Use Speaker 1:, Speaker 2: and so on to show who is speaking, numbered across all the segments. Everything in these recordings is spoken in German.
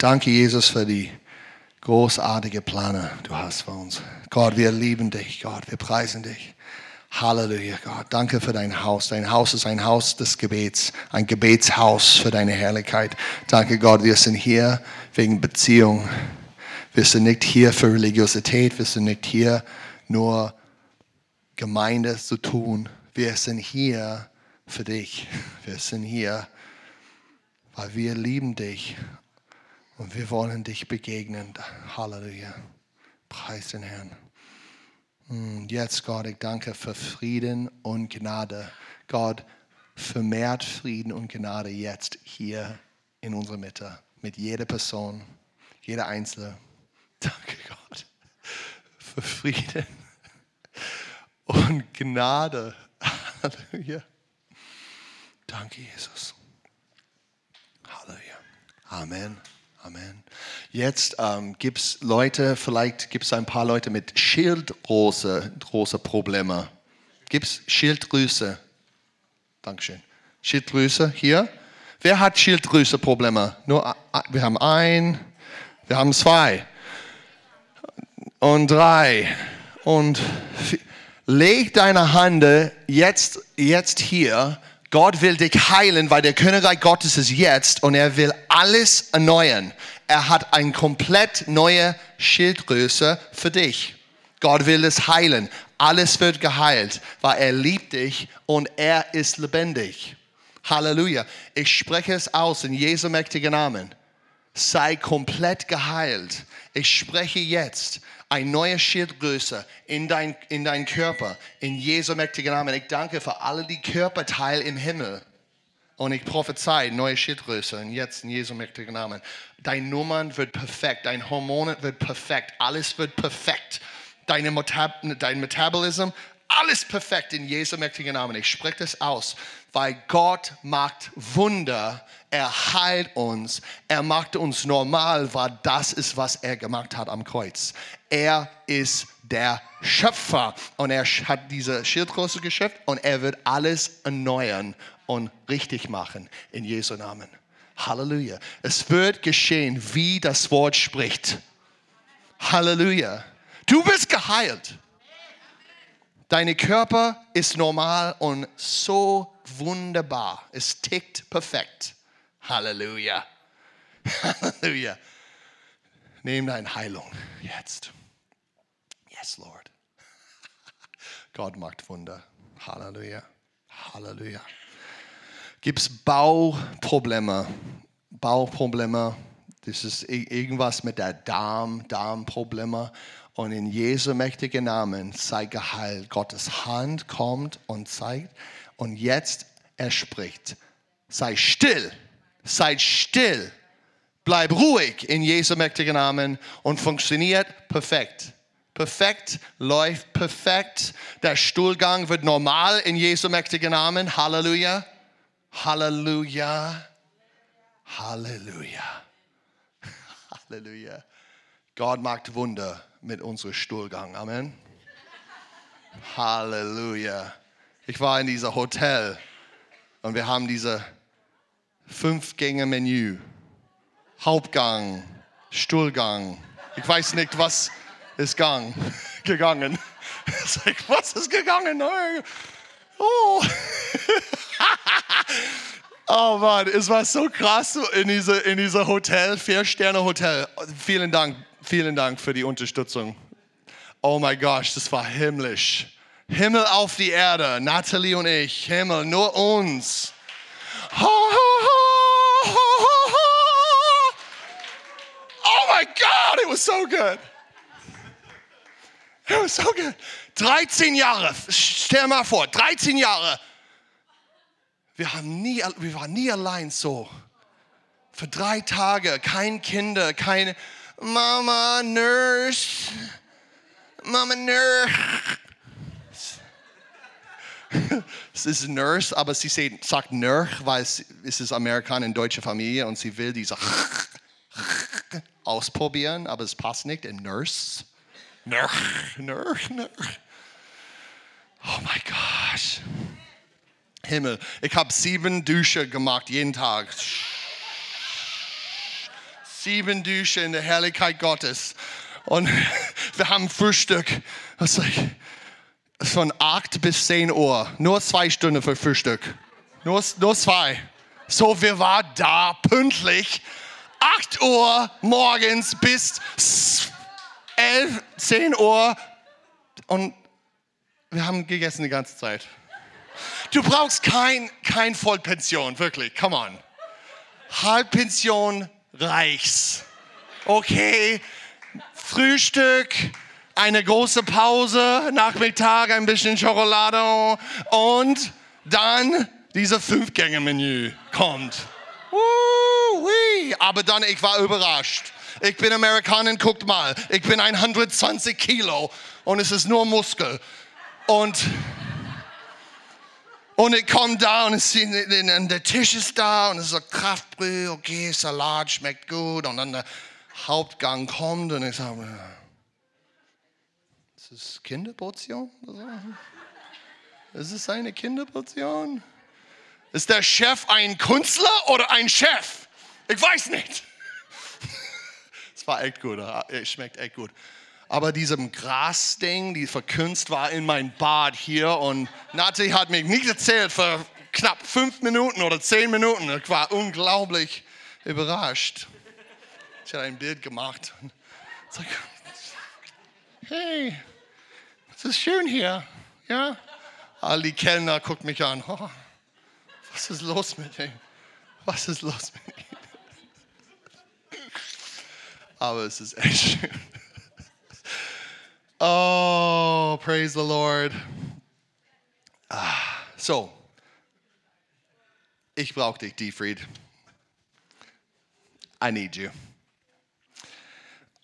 Speaker 1: Danke, Jesus, für die großartige Plane, du hast für uns. Gott, wir lieben dich, Gott, wir preisen dich. Halleluja, Gott. Danke für dein Haus. Dein Haus ist ein Haus des Gebets, ein Gebetshaus für deine Herrlichkeit. Danke, Gott, wir sind hier wegen Beziehung. Wir sind nicht hier für Religiosität, wir sind nicht hier nur Gemeinde zu tun. Wir sind hier für dich. Wir sind hier, weil wir lieben dich und wir wollen dich begegnen. Halleluja. Preis den Herrn. Und jetzt, Gott, ich danke für Frieden und Gnade. Gott, vermehrt Frieden und Gnade jetzt hier in unserer Mitte. Mit jeder Person, jeder Einzelne. Danke, Gott, für Frieden und Gnade. Halleluja. Danke, Jesus. Halleluja. Amen. Amen. Jetzt ähm, gibt es Leute, vielleicht gibt es ein paar Leute mit Schildrose, große Probleme. Gibt es Schilddrüse? Dankeschön. Schilddrüse hier. Wer hat Schilddrüse-Probleme? Nur, a- a- wir haben ein, wir haben zwei und drei und vier. Leg deine Hand jetzt, jetzt hier. Gott will dich heilen, weil der Königreich Gottes ist jetzt und er will alles erneuern. Er hat eine komplett neue Schildgröße für dich. Gott will es heilen. Alles wird geheilt, weil er liebt dich und er ist lebendig. Halleluja. Ich spreche es aus in Jesu mächtigen Namen sei komplett geheilt. Ich spreche jetzt ein neues Schildgröße in dein, in dein Körper, in Jesu mächtigen Namen. Ich danke für alle die Körperteile im Himmel. Und ich prophezei neue Schildgröße und jetzt in Jesu mächtigen Namen. Dein Nummern wird perfekt, dein Hormone wird perfekt, alles wird perfekt. Deine Meta dein Metabolism, alles perfekt in Jesu mächtigen Namen. Ich spreche das aus, weil Gott macht Wunder, er heilt uns, er macht uns normal, weil das ist, was er gemacht hat am Kreuz. Er ist der Schöpfer und er hat diese Schildgröße geschöpft und er wird alles erneuern und richtig machen in Jesu Namen. Halleluja. Es wird geschehen, wie das Wort spricht. Halleluja. Du bist geheilt. Dein Körper ist normal und so wunderbar. Es tickt perfekt. Halleluja. Halleluja. Nimm deine Heilung jetzt. Yes, Lord. Gott macht Wunder. Halleluja. Halleluja. Gibt es Bauprobleme? Bauprobleme, das ist i- irgendwas mit der Darm, Darmprobleme. Und in Jesu mächtigen Namen sei geheilt. Gottes Hand kommt und zeigt. Und jetzt er spricht. Sei still. Sei still. Bleib ruhig in Jesu mächtigen Namen und funktioniert perfekt. Perfekt, läuft perfekt. Der Stuhlgang wird normal in Jesu mächtigen Namen. Halleluja. Halleluja. Halleluja. Halleluja. Gott macht Wunder mit unserem Stuhlgang. Amen. Halleluja. Ich war in diesem Hotel und wir haben diese Fünf-Gänge-Menü. Hauptgang, Stuhlgang. Ich weiß nicht, was ist gang, gegangen. Ich sag, was ist gegangen? Oh. Oh Mann, es war so krass in dieser in dieser Hotel, Vier-Sterne-Hotel. Vielen Dank, vielen Dank für die Unterstützung. Oh my gosh, das war himmlisch. Himmel auf die Erde, Natalie und ich, Himmel, nur uns. Ho, ho, ho, ho, ho, ho. Oh my God, it was so good. It was so good. 13 Jahre, stell mal vor, 13 Jahre. Wir, haben nie, wir waren nie allein so. Für drei Tage, kein Kinder, keine Mama, Nurse, Mama, Nurse. Es ist Nurse, aber sie se- sagt Nurse, weil es es ist Amerikaner in deutscher Familie und sie will diese ausprobieren, aber es passt nicht in Nurse. Nurse, Nurse, Nurse. Oh my gosh. Himmel. Ich habe sieben Dusche gemacht jeden Tag. sieben Düsche in der Herrlichkeit Gottes. Und wir haben Frühstück. Das ist von 8 bis 10 Uhr. Nur zwei Stunden für Frühstück. Nur, nur zwei. So, wir waren da pünktlich. 8 Uhr morgens bis 11, 10 Uhr. Und wir haben gegessen die ganze Zeit. Du brauchst kein, kein Vollpension, wirklich, come on. Halbpension reichs. Okay, Frühstück, eine große Pause, Nachmittag ein bisschen Schokolade und dann dieser Fünfgänge-Menü kommt. Woo-wee. Aber dann, ich war überrascht. Ich bin Amerikaner, guckt mal. Ich bin 120 Kilo und es ist nur Muskel. Und und ich komme da und, es, und ne, der Tisch ist da und es ist so Kraftbrühe, okay, Salat schmeckt gut. Und dann der Hauptgang kommt und ich sage, ist das Kinderportion? Ist es eine Kinderportion? Ist der Chef ein Künstler oder ein Chef? Ich weiß nicht. Es war echt gut, es schmeckt echt gut aber diesem Grasding, die verkünzt war, in mein Bad hier und Nati hat mich nicht erzählt für knapp fünf Minuten oder zehn Minuten. Ich war unglaublich überrascht. Ich hatte ein Bild gemacht und sag, hey, es ist schön hier, ja? All die Kellner gucken mich an. Oh, was ist los mit ihm? Was ist los mit ihm? Aber es ist echt schön. Oh, praise the Lord. Ah, so, ich brauche dich, Diefried. I need you.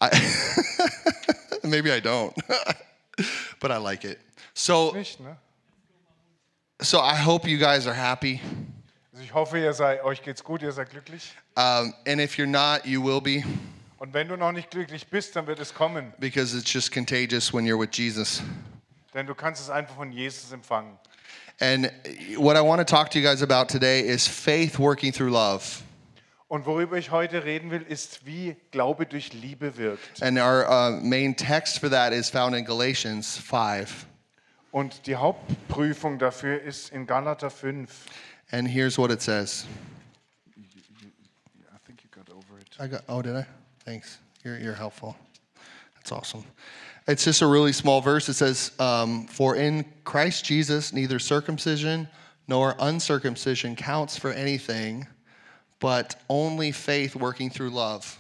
Speaker 1: I Maybe I don't, but I like it. So,
Speaker 2: Nicht, ne?
Speaker 1: so I hope you guys are happy.
Speaker 2: Also ich hoffe, ihr seid, euch geht's gut, ihr seid glücklich.
Speaker 1: Um, and if you're not, you will be,
Speaker 2: Und wenn du noch nicht glücklich bist, dann wird es kommen,
Speaker 1: because it's just contagious when you're with Jesus.
Speaker 2: denn du kannst es einfach von Jesus empfangen.
Speaker 1: And what I want to talk to you guys about today is faith working through love.
Speaker 2: Und worüber ich heute reden will, ist, wie Glaube durch Liebe wirkt.
Speaker 1: And our uh, main text for that is found in Galatians 5.
Speaker 2: Und die Hauptprüfung dafür ist in Galater 5.
Speaker 1: And here's what it says.
Speaker 2: I think you got over it.
Speaker 1: I got, oh, did I? Thanks. You're, you're helpful. That's awesome. It's just a really small verse. It says, um, For in Christ Jesus, neither circumcision nor uncircumcision counts for anything, but only faith working through love.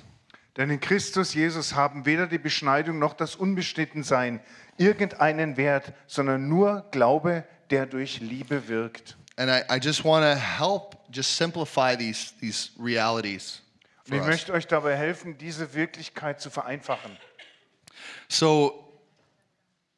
Speaker 2: Denn in Christus Jesus haben weder die Beschneidung noch das Unbeschnittensein irgendeinen Wert, sondern nur Glaube, der durch Liebe wirkt.
Speaker 1: And I, I just want to help just simplify these, these realities.
Speaker 2: Und ich möchte euch dabei helfen, diese Wirklichkeit zu vereinfachen.
Speaker 1: So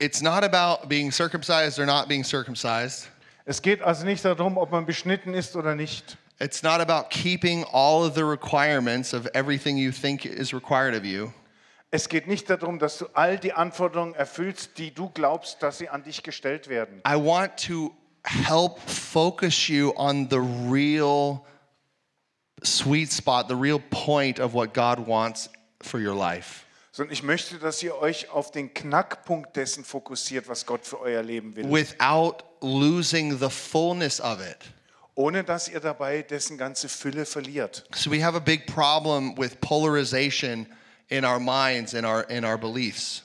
Speaker 1: it's not about being circumcised or not being circumcised.
Speaker 2: Es geht also nicht darum, ob man beschnitten ist oder nicht.
Speaker 1: It's not about keeping all of the requirements of everything you think is required of you.
Speaker 2: Es geht nicht darum, dass du all die Anforderungen erfüllst, die du glaubst, dass sie an dich gestellt werden.
Speaker 1: I want to help focus you on the real sweet spot, the real point of what God wants for your life.
Speaker 2: Sondern ich möchte, dass ihr euch auf den Knackpunkt dessen fokussiert, was Gott für euer Leben will.
Speaker 1: Without losing the fullness of it.
Speaker 2: Ohne dass ihr dabei dessen ganze Fülle verliert.
Speaker 1: So we have a big problem with polarization in our minds and our in our beliefs.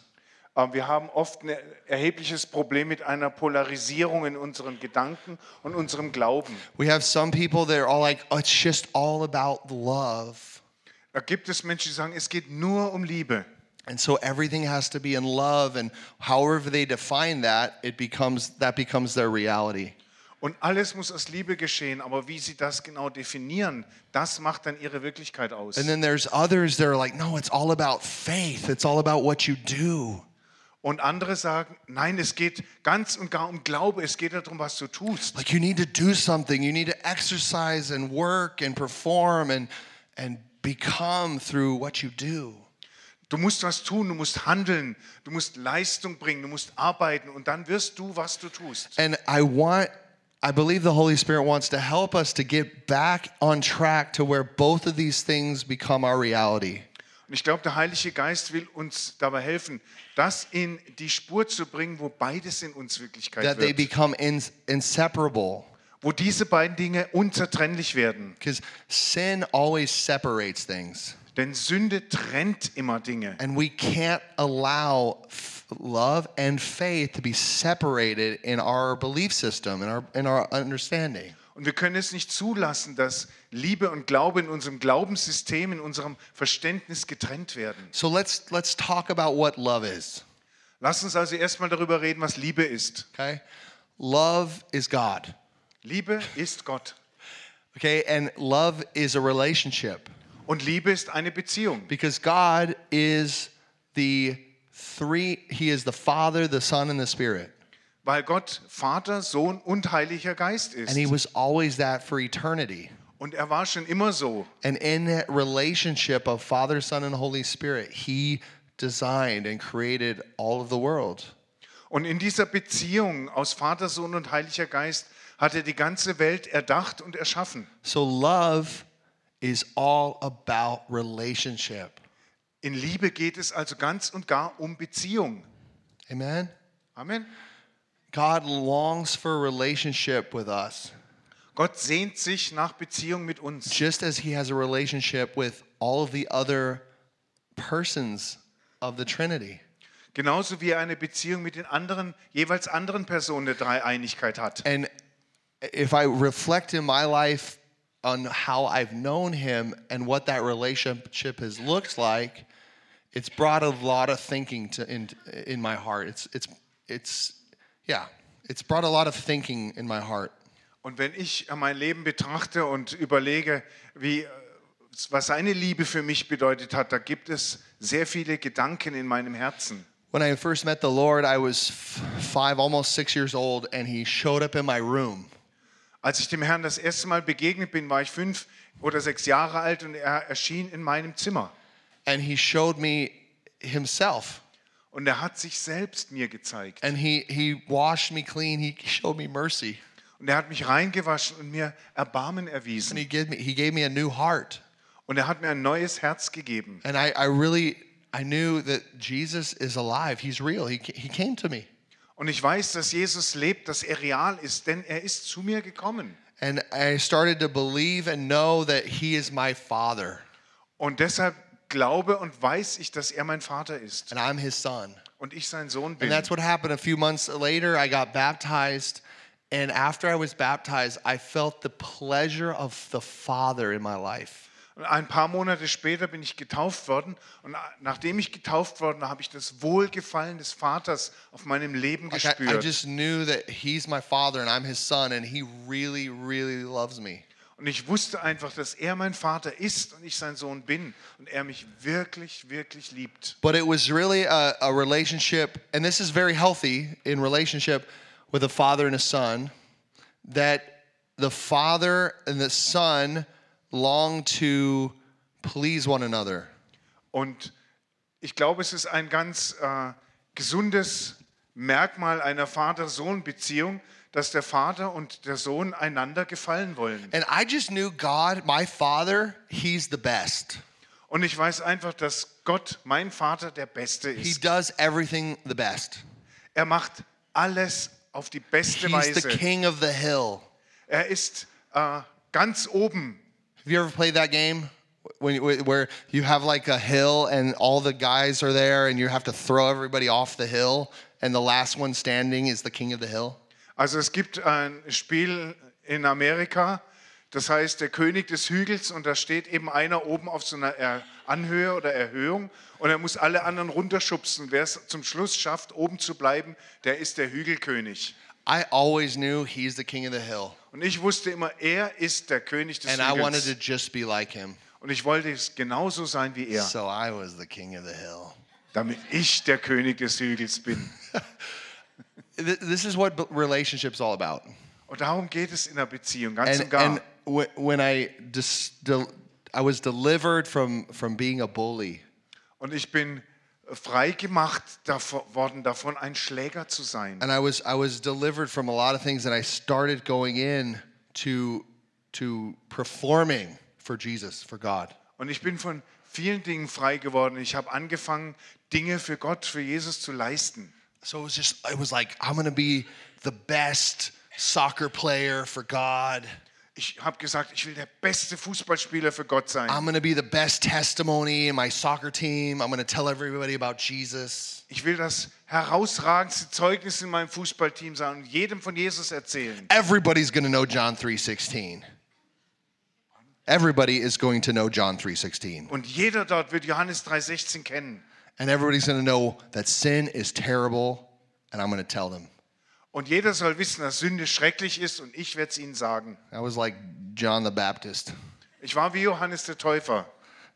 Speaker 2: Ähm, Wir haben oft ein erhebliches Problem mit einer Polarisierung in unseren Gedanken und unserem Glauben.
Speaker 1: We have some people that are all like, oh, it's just all about love.
Speaker 2: Da gibt es Menschen, die sagen, es geht nur um Liebe.
Speaker 1: And so everything has to be in love, and however they define that, it becomes that becomes their reality.
Speaker 2: Und alles muss aus Liebe geschehen, aber wie sie das genau definieren, das macht dann ihre Wirklichkeit aus.
Speaker 1: And then there's others that are like, no, it's all about faith. It's all about what you do.
Speaker 2: Und andere sagen, nein, es geht ganz und gar um Glaube, es geht darum, was du tust.
Speaker 1: Like you need to do something. You need to exercise and work and perform and and become through what you do.
Speaker 2: Du musst was tun, du musst handeln, du musst Leistung bringen, du musst arbeiten und dann wirst du, was du tust.
Speaker 1: And I want I believe the Holy Spirit wants to help us to get back on track to where both of these things become our reality.
Speaker 2: Und ich glaube, der Heilige Geist will uns dabei helfen, das in die Spur zu bringen, wo beides in uns Wirklichkeit
Speaker 1: that they
Speaker 2: wird.
Speaker 1: become ins inseparable
Speaker 2: Wo diese beiden Dinge unzertrennlich werden.
Speaker 1: because sin always separates things
Speaker 2: Denn Sünde trennt immer Dinge.
Speaker 1: and we can't allow f- love and faith to be separated in our belief system in our in our understanding
Speaker 2: Und wir können es nicht zulassen, dass Liebe und Glaube in unserem Glaubenssystem, in unserem Verständnis getrennt werden.
Speaker 1: so let's let's talk about what love is
Speaker 2: Lass uns also erstmal darüber reden, was Liebe ist.
Speaker 1: okay love is god
Speaker 2: Liebe ist Gott.
Speaker 1: okay and love is a relationship
Speaker 2: Und Liebe ist eine Beziehung.
Speaker 1: because god is the three he is the father the son and the spirit
Speaker 2: Weil Gott Vater, Sohn und Heiliger Geist
Speaker 1: and he
Speaker 2: ist.
Speaker 1: was always that for eternity
Speaker 2: Und er war schon immer so.
Speaker 1: And in that relationship of Father, Son, and Holy Spirit, He designed and created all of the world.
Speaker 2: Und in dieser Beziehung aus Vater, Sohn und Heiliger Geist hat er die ganze Welt erdacht und erschaffen.
Speaker 1: So love is all about relationship.
Speaker 2: In Liebe geht es also ganz und gar um Beziehung.
Speaker 1: Amen?
Speaker 2: Amen.
Speaker 1: God longs for a relationship with us,
Speaker 2: Gott sehnt sich nach Beziehung mit uns.
Speaker 1: just as He has a relationship with all of the other persons of the Trinity.
Speaker 2: Genauso wie er eine Beziehung mit den anderen, jeweils anderen Personen der Dreieinigkeit hat.
Speaker 1: And if I reflect in my life on how I've known him and what that relationship has looked like, it's brought a lot of thinking to in in my heart. It's it's it's yeah, it's brought a lot of thinking in my heart.
Speaker 2: Und wenn ich äh, mein Leben betrachte und überlege, wie, äh, was seine Liebe für mich bedeutet hat, da gibt es sehr viele Gedanken in meinem Herzen.
Speaker 1: When I first met the Lord, I was f- five, almost six years old, and He showed up in my room.
Speaker 2: Als ich dem Herrn das erste Mal begegnet bin, war ich fünf oder sechs Jahre alt und er erschien in meinem Zimmer.
Speaker 1: And He showed me Himself,
Speaker 2: Und er hat sich selbst mir gezeigt.
Speaker 1: and He He washed me clean. He showed me mercy,
Speaker 2: Und er hat mich reingewaschen und mir Erbarmen
Speaker 1: and
Speaker 2: erwiesen.
Speaker 1: He gave me He gave me a new heart.
Speaker 2: Und er hat mir ein neues Herz gegeben.
Speaker 1: And I, I really, I knew that Jesus is alive. He's real. He, ca- he came to me.
Speaker 2: Und ich weiß, dass Jesus lebt, dass er real ist, denn er ist zu mir gekommen.
Speaker 1: And I started to believe and know that he is my father
Speaker 2: Und deshalb glaube und weiß ich, dass er mein Vater ist
Speaker 1: and I'm his son.
Speaker 2: und ich sein Sohn
Speaker 1: And
Speaker 2: bin.
Speaker 1: that's what happened a few months later. I got baptized. And after I was baptized, I felt the pleasure of the father in my life.
Speaker 2: Und ein paar Monate später bin ich getauft worden und nachdem ich getauft worden war, habe ich das Wohlgefallen des Vaters auf meinem Leben
Speaker 1: Like, I, I
Speaker 2: gespürt.
Speaker 1: just knew that he's my father and I'm his son, and he really, really loves me.
Speaker 2: Und ich wusste einfach, dass er mein Vater ist und ich sein Sohn bin und er mich wirklich, wirklich liebt.
Speaker 1: but it was really a, a relationship and this is very healthy in relationship with a father and a son that the father and the son long to please one another
Speaker 2: Und ich glaube, es ist ein ganz äh, gesundes Merkmal einer Vater-Sohn-Beziehung, dass der Vater und der Sohn einander gefallen wollen.
Speaker 1: and i just knew god my father he's the best
Speaker 2: Und ich weiß einfach, dass Gott, mein Vater, der Beste
Speaker 1: he
Speaker 2: ist.
Speaker 1: does everything the best
Speaker 2: Er macht alles auf die beste
Speaker 1: he's the
Speaker 2: Weise.
Speaker 1: king of the hill
Speaker 2: Er ist äh, ganz oben.
Speaker 1: have you ever played that game when you- where you have like a hill and all the guys are there and you have to throw everybody off the hill and the last one standing is the king of the hill
Speaker 2: Also es gibt ein Spiel in Amerika, das heißt der König des Hügels und da steht eben einer oben auf so einer Er- Anhöhe oder Erhöhung und er muss alle anderen runterschubsen. Wer es zum Schluss schafft, oben zu bleiben, der ist der Hügelkönig.
Speaker 1: i always knew he's the king of the hill
Speaker 2: Und ich wusste immer, er ist der König des
Speaker 1: and i wanted to
Speaker 2: Hügels.
Speaker 1: just be like him
Speaker 2: Und ich wollte es genauso sein wie er,
Speaker 1: so i was the king of the hill
Speaker 2: damit ich der König des Hügels bin.
Speaker 1: Th- this is what b- relationships all about
Speaker 2: Und darum geht es in der Beziehung, ganz und
Speaker 1: and,
Speaker 2: gar.
Speaker 1: and wh- when i dis- del- i was delivered from from being a bully
Speaker 2: Und ich bin frei gemacht davon, worden davon, ein Schläger zu sein.
Speaker 1: and I was I was delivered from a lot of things, and I started going in to to performing for Jesus, for God.
Speaker 2: Und ich bin von vielen Dingen frei geworden. Ich habe angefangen, Dinge für Gott, für Jesus zu leisten.
Speaker 1: So it was just it was like I'm gonna be the best soccer player for God.
Speaker 2: Ich habe gesagt, ich will der beste Fußballspieler für Gott sein.
Speaker 1: I'm gonna be the best testimony in my soccer team. I'm gonna tell everybody about Jesus.
Speaker 2: Ich will das herausragendste Zeugnis in meinem Fußballteam sein und jedem von Jesus erzählen.
Speaker 1: Everybody's gonna know John 3:16. Everybody is going to know John 3:16.
Speaker 2: Und jeder dort wird Johannes 3,16 kennen.
Speaker 1: And everybody's gonna know that sin is terrible, and I'm gonna tell them.
Speaker 2: Und jeder soll wissen, dass Sünde schrecklich ist und ich werde es ihnen sagen.
Speaker 1: I was like John the Baptist.
Speaker 2: Ich war wie Johannes der Täufer.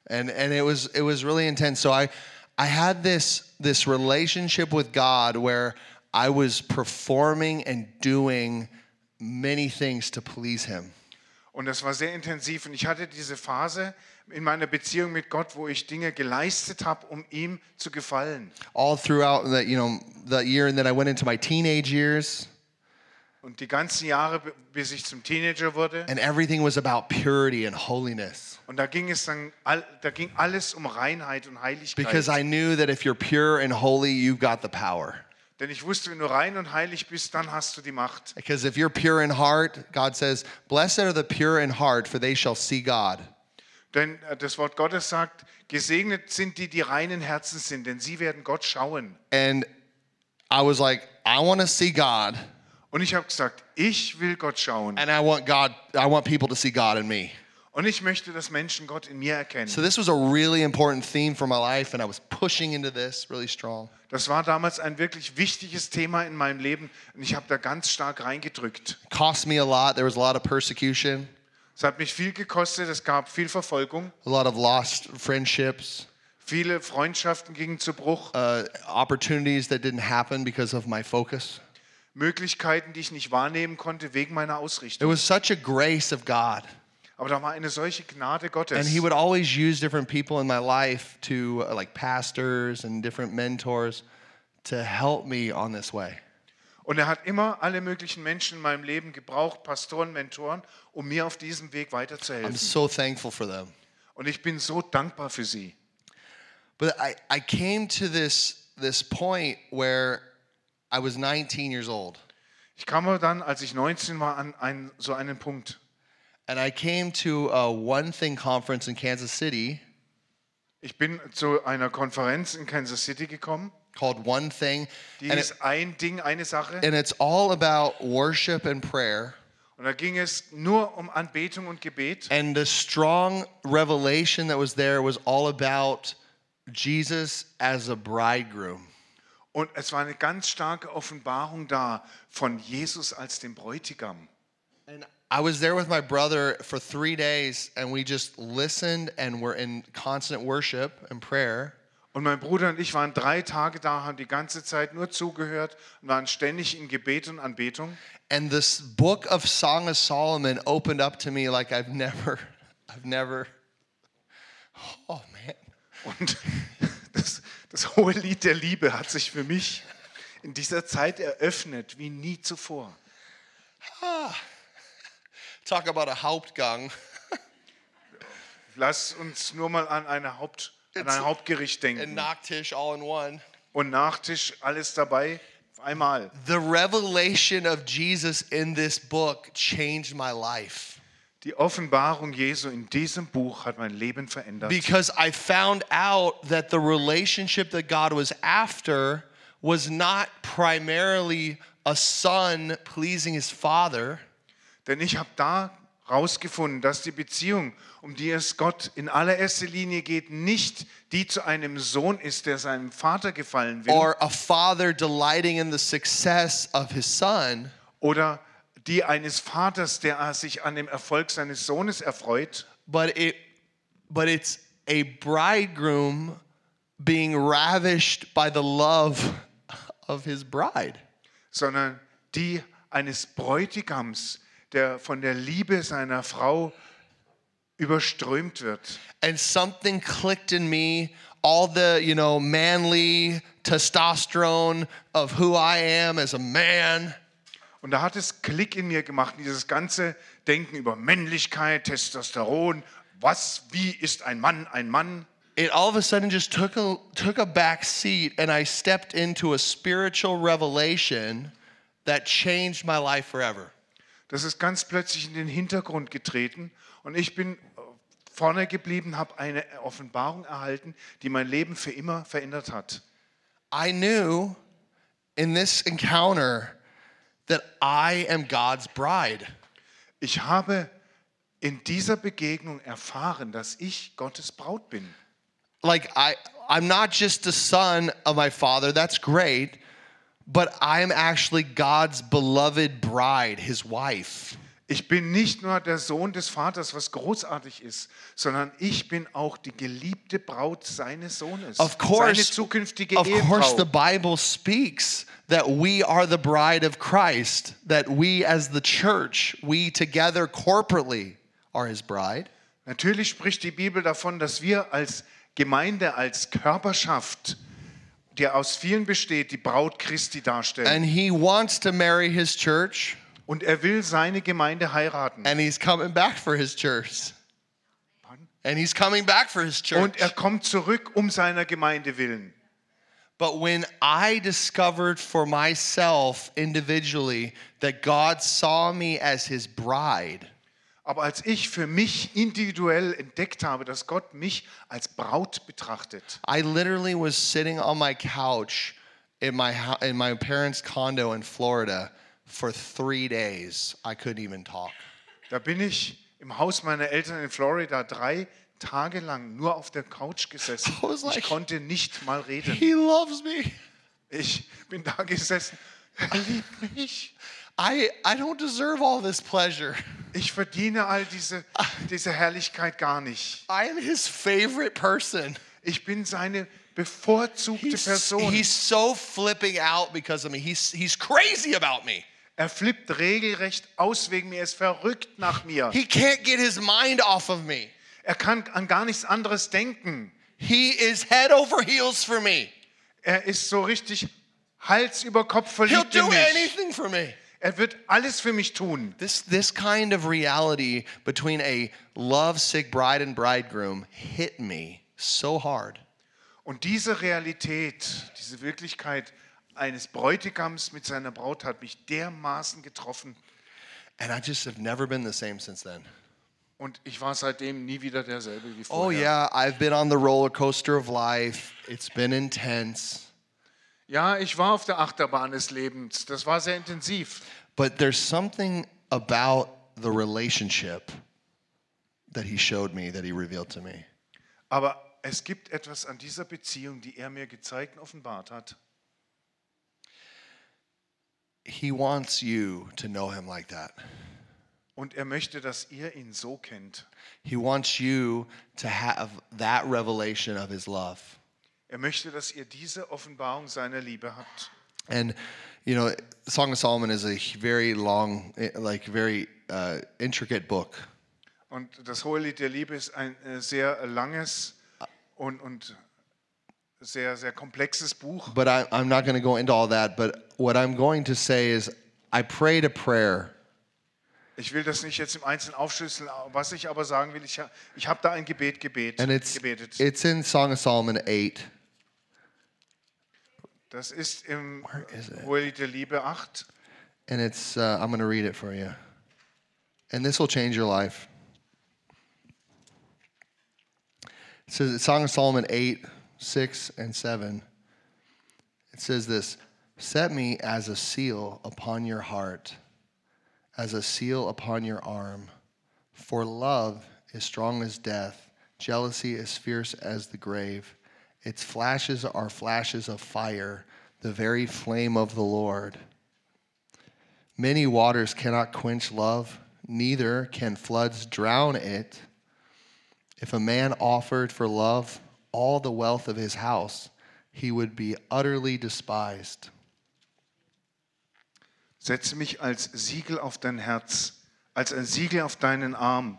Speaker 1: And and it was it was really intense. So I I had this this relationship with God where I was performing and doing many things to please him.
Speaker 2: Und das war sehr intensiv. Und ich hatte diese Phase in meiner Beziehung mit Gott, wo ich Dinge geleistet habe, um ihm zu gefallen.
Speaker 1: All throughout that, you know, the year and then I went into my teenage years
Speaker 2: Und die ganzen Jahre, b- bis ich zum Teenager wurde.
Speaker 1: and everything was about purity and holiness
Speaker 2: Und da ging es dann, all- da ging alles um Reinheit und Heiligkeit.
Speaker 1: because I knew that if you're pure and holy, you've got the power.
Speaker 2: Denn ich wusste, wenn du rein und heilig bist, dann hast du die Macht.
Speaker 1: Because if you're pure in heart, God says, "Blessed are the pure in heart, for they shall see God."
Speaker 2: Denn äh, das Wort Gottes sagt, gesegnet sind die, die reinen Herzens sind, denn sie werden Gott schauen.
Speaker 1: And I was like, I want to see God,
Speaker 2: Und ich habe gesagt, ich will Gott schauen.
Speaker 1: and I want God, I want people to see God in me.
Speaker 2: Und ich möchte, dass Menschen Gott in mir erkennen.
Speaker 1: So this was a really important theme for my life, and I was pushing into this really strong.
Speaker 2: Das war damals ein wirklich wichtiges Thema in meinem Leben und ich habe da ganz stark reingedrückt.
Speaker 1: It cost me a lot. There was a lot of persecution,
Speaker 2: Es hat mich viel gekostet, es gab viel Verfolgung,
Speaker 1: a lot of lost friendships,
Speaker 2: viele Freundschaften gingen zu Bruch,
Speaker 1: uh, opportunities that didn't happen because of my focus.
Speaker 2: Möglichkeiten, die ich nicht wahrnehmen konnte wegen meiner
Speaker 1: It
Speaker 2: Ausrichtung.
Speaker 1: was such a grace of God,
Speaker 2: Aber da war eine solche Gnade Gottes.
Speaker 1: and He would always use different people in my life to, uh, like pastors and different mentors, to help me on this way.
Speaker 2: Und er hat immer alle möglichen Menschen in meinem Leben gebraucht, Pastoren, Mentoren, um mir auf diesem Weg
Speaker 1: I'm
Speaker 2: weiterzuhelfen.
Speaker 1: so thankful for them.
Speaker 2: Und ich bin so dankbar für sie.
Speaker 1: But I, I came to this this point where I was 19 years old,
Speaker 2: Ich kam aber dann, als ich 19 war, an einen, so einen Punkt.
Speaker 1: and I came to a One Thing conference in Kansas City
Speaker 2: Ich bin zu einer Konferenz in Kansas City gekommen.
Speaker 1: called One Thing,
Speaker 2: Die
Speaker 1: and, it,
Speaker 2: ist ein Ding, eine Sache.
Speaker 1: and it's all about worship and prayer.
Speaker 2: Und da ging es nur um Anbetung und Gebet.
Speaker 1: And the strong revelation that was there was all about Jesus as a bridegroom.
Speaker 2: Und es war eine ganz starke Offenbarung da von Jesus als dem Bräutigam.
Speaker 1: And I was there with my brother for three days, and we just listened and were in constant worship and prayer.
Speaker 2: Und mein Bruder und ich waren drei Tage da, haben die ganze Zeit nur zugehört und waren ständig in Gebet und Anbetung.
Speaker 1: and this book of song of solomon opened up to me like i've never i've never oh man
Speaker 2: Und das, das hohe Lied der Liebe hat sich für mich in dieser Zeit eröffnet wie nie zuvor.
Speaker 1: talk about a hauptgang
Speaker 2: Lass uns nur mal an, eine Haupt, an ein Hauptgericht
Speaker 1: and
Speaker 2: denken.
Speaker 1: noctish all in one
Speaker 2: Und Nachtisch, alles dabei, auf einmal.
Speaker 1: the revelation of jesus in this book changed my life
Speaker 2: Die Offenbarung Jesu in diesem Buch hat mein Leben verändert.
Speaker 1: because i found out that the relationship that god was after was not primarily a son pleasing his father
Speaker 2: Denn ich habe da rausgefunden, dass die Beziehung, um die es Gott in allererster Linie geht, nicht die zu einem Sohn ist, der seinem Vater gefallen will
Speaker 1: or a father delighting in the success of his son,
Speaker 2: oder die eines Vaters, der sich an dem Erfolg seines Sohnes erfreut,
Speaker 1: but it but it's a bridegroom being ravished by the love of his bride.
Speaker 2: sondern die eines Bräutigams, der von der Liebe seiner Frau überströmt wird.
Speaker 1: and something clicked in me all the you know manly testosterone of who i am as a man
Speaker 2: Und da hat es Klick in mir gemacht, dieses ganze Denken über Männlichkeit, Testosteron, was, wie ist ein Mann ein Mann?
Speaker 1: it all of a sudden just took a took a back seat and i stepped into a spiritual revelation that changed my life forever
Speaker 2: Das ist ganz plötzlich in den Hintergrund getreten und ich bin äh, vorne geblieben, habe eine Offenbarung erhalten, die mein Leben für immer verändert hat.
Speaker 1: i knew in this encounter that i am god's bride
Speaker 2: Ich habe in dieser Begegnung erfahren, dass ich Gottes Braut bin.
Speaker 1: like I I'm not just the son of my father, that's great, but I'm actually God's beloved bride, his wife.
Speaker 2: Ich bin nicht nur der Sohn des Vaters, was großartig ist, sondern ich bin auch die geliebte Braut seines Sohnes.
Speaker 1: Of course,
Speaker 2: seine zukünftige
Speaker 1: of
Speaker 2: Ehefrau.
Speaker 1: course the Bible speaks that we are the bride of Christ, that we as the church, we together corporately are his bride.
Speaker 2: Natürlich spricht die Bibel davon, dass wir als Gemeinde, als Körperschaft, die aus vielen besteht, die Braut Christi darstellen.
Speaker 1: And he wants to marry his church
Speaker 2: Und er will seine Gemeinde heiraten.
Speaker 1: and he's coming back for his church. And he's coming back for his church.
Speaker 2: Und er kommt zurück um seiner Gemeinde willen.
Speaker 1: But when I discovered for myself individually that God saw me as his bride,
Speaker 2: Aber als ich für mich individuell entdeckt habe, dass Gott mich als Braut betrachtet,
Speaker 1: I literally was sitting on my couch in my, hou- in my parents' condo in Florida for three days. I couldn't even talk.
Speaker 2: Da bin ich im Haus meiner Eltern in Florida drei Tage lang nur auf der Couch gesessen.
Speaker 1: I was like-
Speaker 2: Ich konnte nicht mal reden.
Speaker 1: He loves me.
Speaker 2: Ich bin da gesessen. Er liebt mich.
Speaker 1: I, I don't deserve all this pleasure.
Speaker 2: Ich verdiene all diese,
Speaker 1: Ah.
Speaker 2: diese Herrlichkeit gar nicht.
Speaker 1: I am his favorite person.
Speaker 2: Ich bin seine bevorzugte
Speaker 1: He's,
Speaker 2: Person.
Speaker 1: he's so flipping out because of me. He's, he's crazy about me.
Speaker 2: Er flippt regelrecht aus wegen mir. Er ist verrückt nach mir.
Speaker 1: He can't get his mind off of me.
Speaker 2: Er kann an gar nichts anderes denken.
Speaker 1: He is head over heels for me.
Speaker 2: Er ist so richtig Hals über Kopf
Speaker 1: He'll
Speaker 2: verliebt in
Speaker 1: do
Speaker 2: mich.
Speaker 1: anything for me.
Speaker 2: Er wird alles für mich tun.
Speaker 1: This, this kind of reality between a lovesick bride and bridegroom hit me so hard.
Speaker 2: Und diese Realität, diese Wirklichkeit eines Bräutigams mit seiner Braut hat mich dermaßen getroffen.
Speaker 1: And I just have never been the same since then.
Speaker 2: Und ich war seitdem nie wieder derselbe wie vorher.
Speaker 1: Oh, yeah, I've been on the roller coaster of life. It's been intense.
Speaker 2: Ja, ich war auf der Achterbahn des Lebens. Das war sehr intensiv.
Speaker 1: But there's something about the relationship that he showed me, that he revealed to me.
Speaker 2: Aber es gibt etwas an dieser Beziehung, die er mir gezeigt und offenbart hat.
Speaker 1: He wants you to know him like that.
Speaker 2: Und er möchte, dass ihr ihn so kennt.
Speaker 1: He wants you to have that revelation of his love.
Speaker 2: Er möchte, dass ihr diese Offenbarung seiner Liebe habt.
Speaker 1: And, you know, Song of Solomon is a very long, eh, like, very uh, intricate book.
Speaker 2: Und das Hohelied der Liebe ist ein äh, sehr langes und, und sehr, sehr komplexes Buch.
Speaker 1: But I, I'm not going to go into all that. But what I'm going to say is, I prayed a prayer.
Speaker 2: Ich will das nicht jetzt im Einzelnen aufschlüsseln, was ich aber sagen will, ich, ha- ich habe da ein Gebet gebet,
Speaker 1: And it's,
Speaker 2: gebetet.
Speaker 1: it's in Song of Solomon 8.
Speaker 2: Das ist im
Speaker 1: is it?
Speaker 2: Hohelied der Liebe 8.
Speaker 1: And it's, uh, I'm going to read it for you. And this will change your life. It says, it's Song of Solomon 8, 6, and 7. It says this Set me as a seal upon your heart, as a seal upon your arm. For love is strong as death, jealousy is fierce as the grave. Its flashes are flashes of fire, the very flame of the Lord. Many waters cannot quench love, neither can floods drown it. If a man offered for love all the wealth of his house, he would be utterly despised.
Speaker 2: Setze mich als Siegel auf dein Herz, als ein Siegel auf deinen Arm,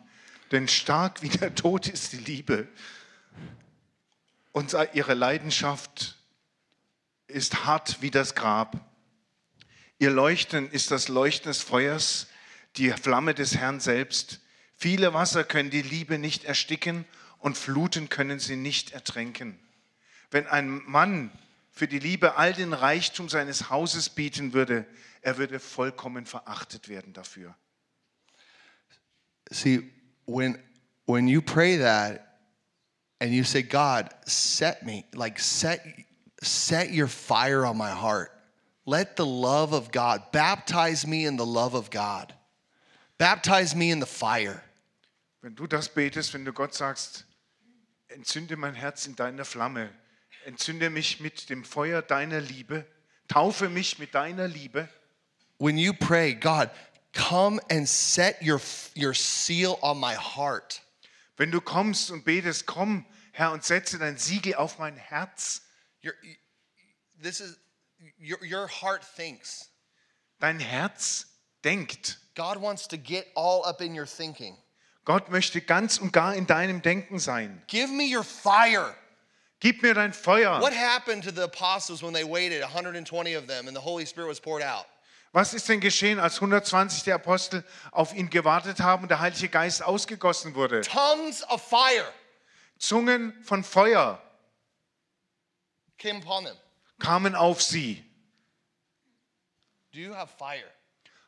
Speaker 2: Denn stark wie der Tod ist die Liebe. Und ihre Leidenschaft ist hart wie das Grab. Ihr Leuchten ist das Leuchten des Feuers, die Flamme des Herrn selbst. Viele Wasser können die Liebe nicht ersticken und Fluten können sie nicht ertränken. Wenn ein Mann für die Liebe all den Reichtum seines Hauses bieten würde, er würde vollkommen verachtet werden dafür.
Speaker 1: See, when when you pray that and you say, God, set me, like set set your fire on my heart. Let the love of God baptize me in the love of God. Baptize me in the fire.
Speaker 2: Wenn du das betest, wenn du Gott sagst, entzünde mein Herz in deiner Flamme, entzünde mich mit dem Feuer deiner Liebe, taufe mich mit deiner Liebe,
Speaker 1: When you pray, God, come and set your your seal on my heart.
Speaker 2: wenn du kommst und betest, komm, Herr, und setze dein Siegel auf mein Herz,
Speaker 1: Your this is your your heart thinks.
Speaker 2: dein Herz denkt.
Speaker 1: God wants to get all up in your thinking.
Speaker 2: Gott möchte ganz und gar in deinem Denken sein.
Speaker 1: Give me your fire.
Speaker 2: Gib mir dein Feuer.
Speaker 1: What happened to the apostles when they waited 120 of them and the Holy Spirit was poured out?
Speaker 2: Was ist denn geschehen, als 120 der Apostel auf ihn gewartet haben und der Heilige Geist ausgegossen wurde?
Speaker 1: Tongues of fire
Speaker 2: Zungen von Feuer
Speaker 1: came upon them.
Speaker 2: kamen auf sie.
Speaker 1: Do you have fire?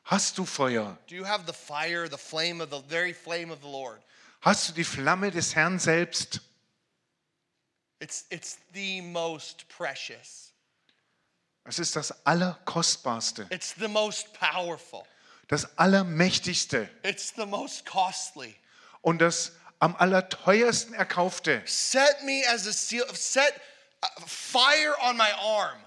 Speaker 2: Hast du Feuer?
Speaker 1: Do you have the fire, the flame of the very flame of the Lord?
Speaker 2: Hast du die Flamme des Herrn selbst?
Speaker 1: It's it's the most precious.
Speaker 2: Das ist das Allerkostbarste,
Speaker 1: It's the most powerful.
Speaker 2: das Allermächtigste
Speaker 1: It's the most costly.
Speaker 2: und das am allerteuersten Erkaufte.
Speaker 1: Set me as a seal. Set uh, fire on my arm.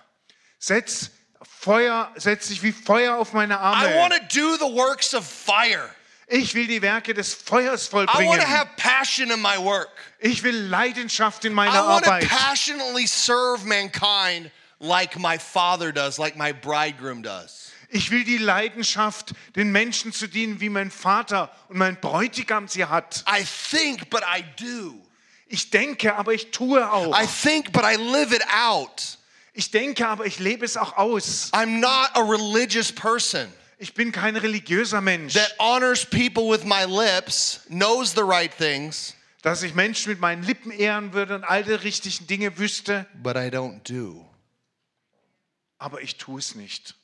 Speaker 2: Setz Feuer, setz dich wie Feuer auf meine
Speaker 1: I want to
Speaker 2: Arme.
Speaker 1: do the works of fire.
Speaker 2: Ich will die Werke des Feuers
Speaker 1: I
Speaker 2: vollbringen.
Speaker 1: want to have passion in my work.
Speaker 2: Ich will Leidenschaft in meiner
Speaker 1: I want to
Speaker 2: Arbeit.
Speaker 1: passionately serve mankind like my father does, like my bridegroom does.
Speaker 2: Ich will die Leidenschaft, den Menschen zu dienen, wie mein Vater und mein Bräutigam sie hat.
Speaker 1: I think, but I do.
Speaker 2: Ich denke, aber ich tue auch.
Speaker 1: I think, but I live it out.
Speaker 2: Ich denke, aber ich lebe es auch aus.
Speaker 1: I'm not a religious person
Speaker 2: Ich bin kein religiöser Mensch,
Speaker 1: that honors people with my lips, knows the right things,
Speaker 2: dass ich Menschen mit meinen Lippen ehren würde und all die richtigen Dinge wüsste,
Speaker 1: but I don't do.
Speaker 2: aber ich tue es nicht.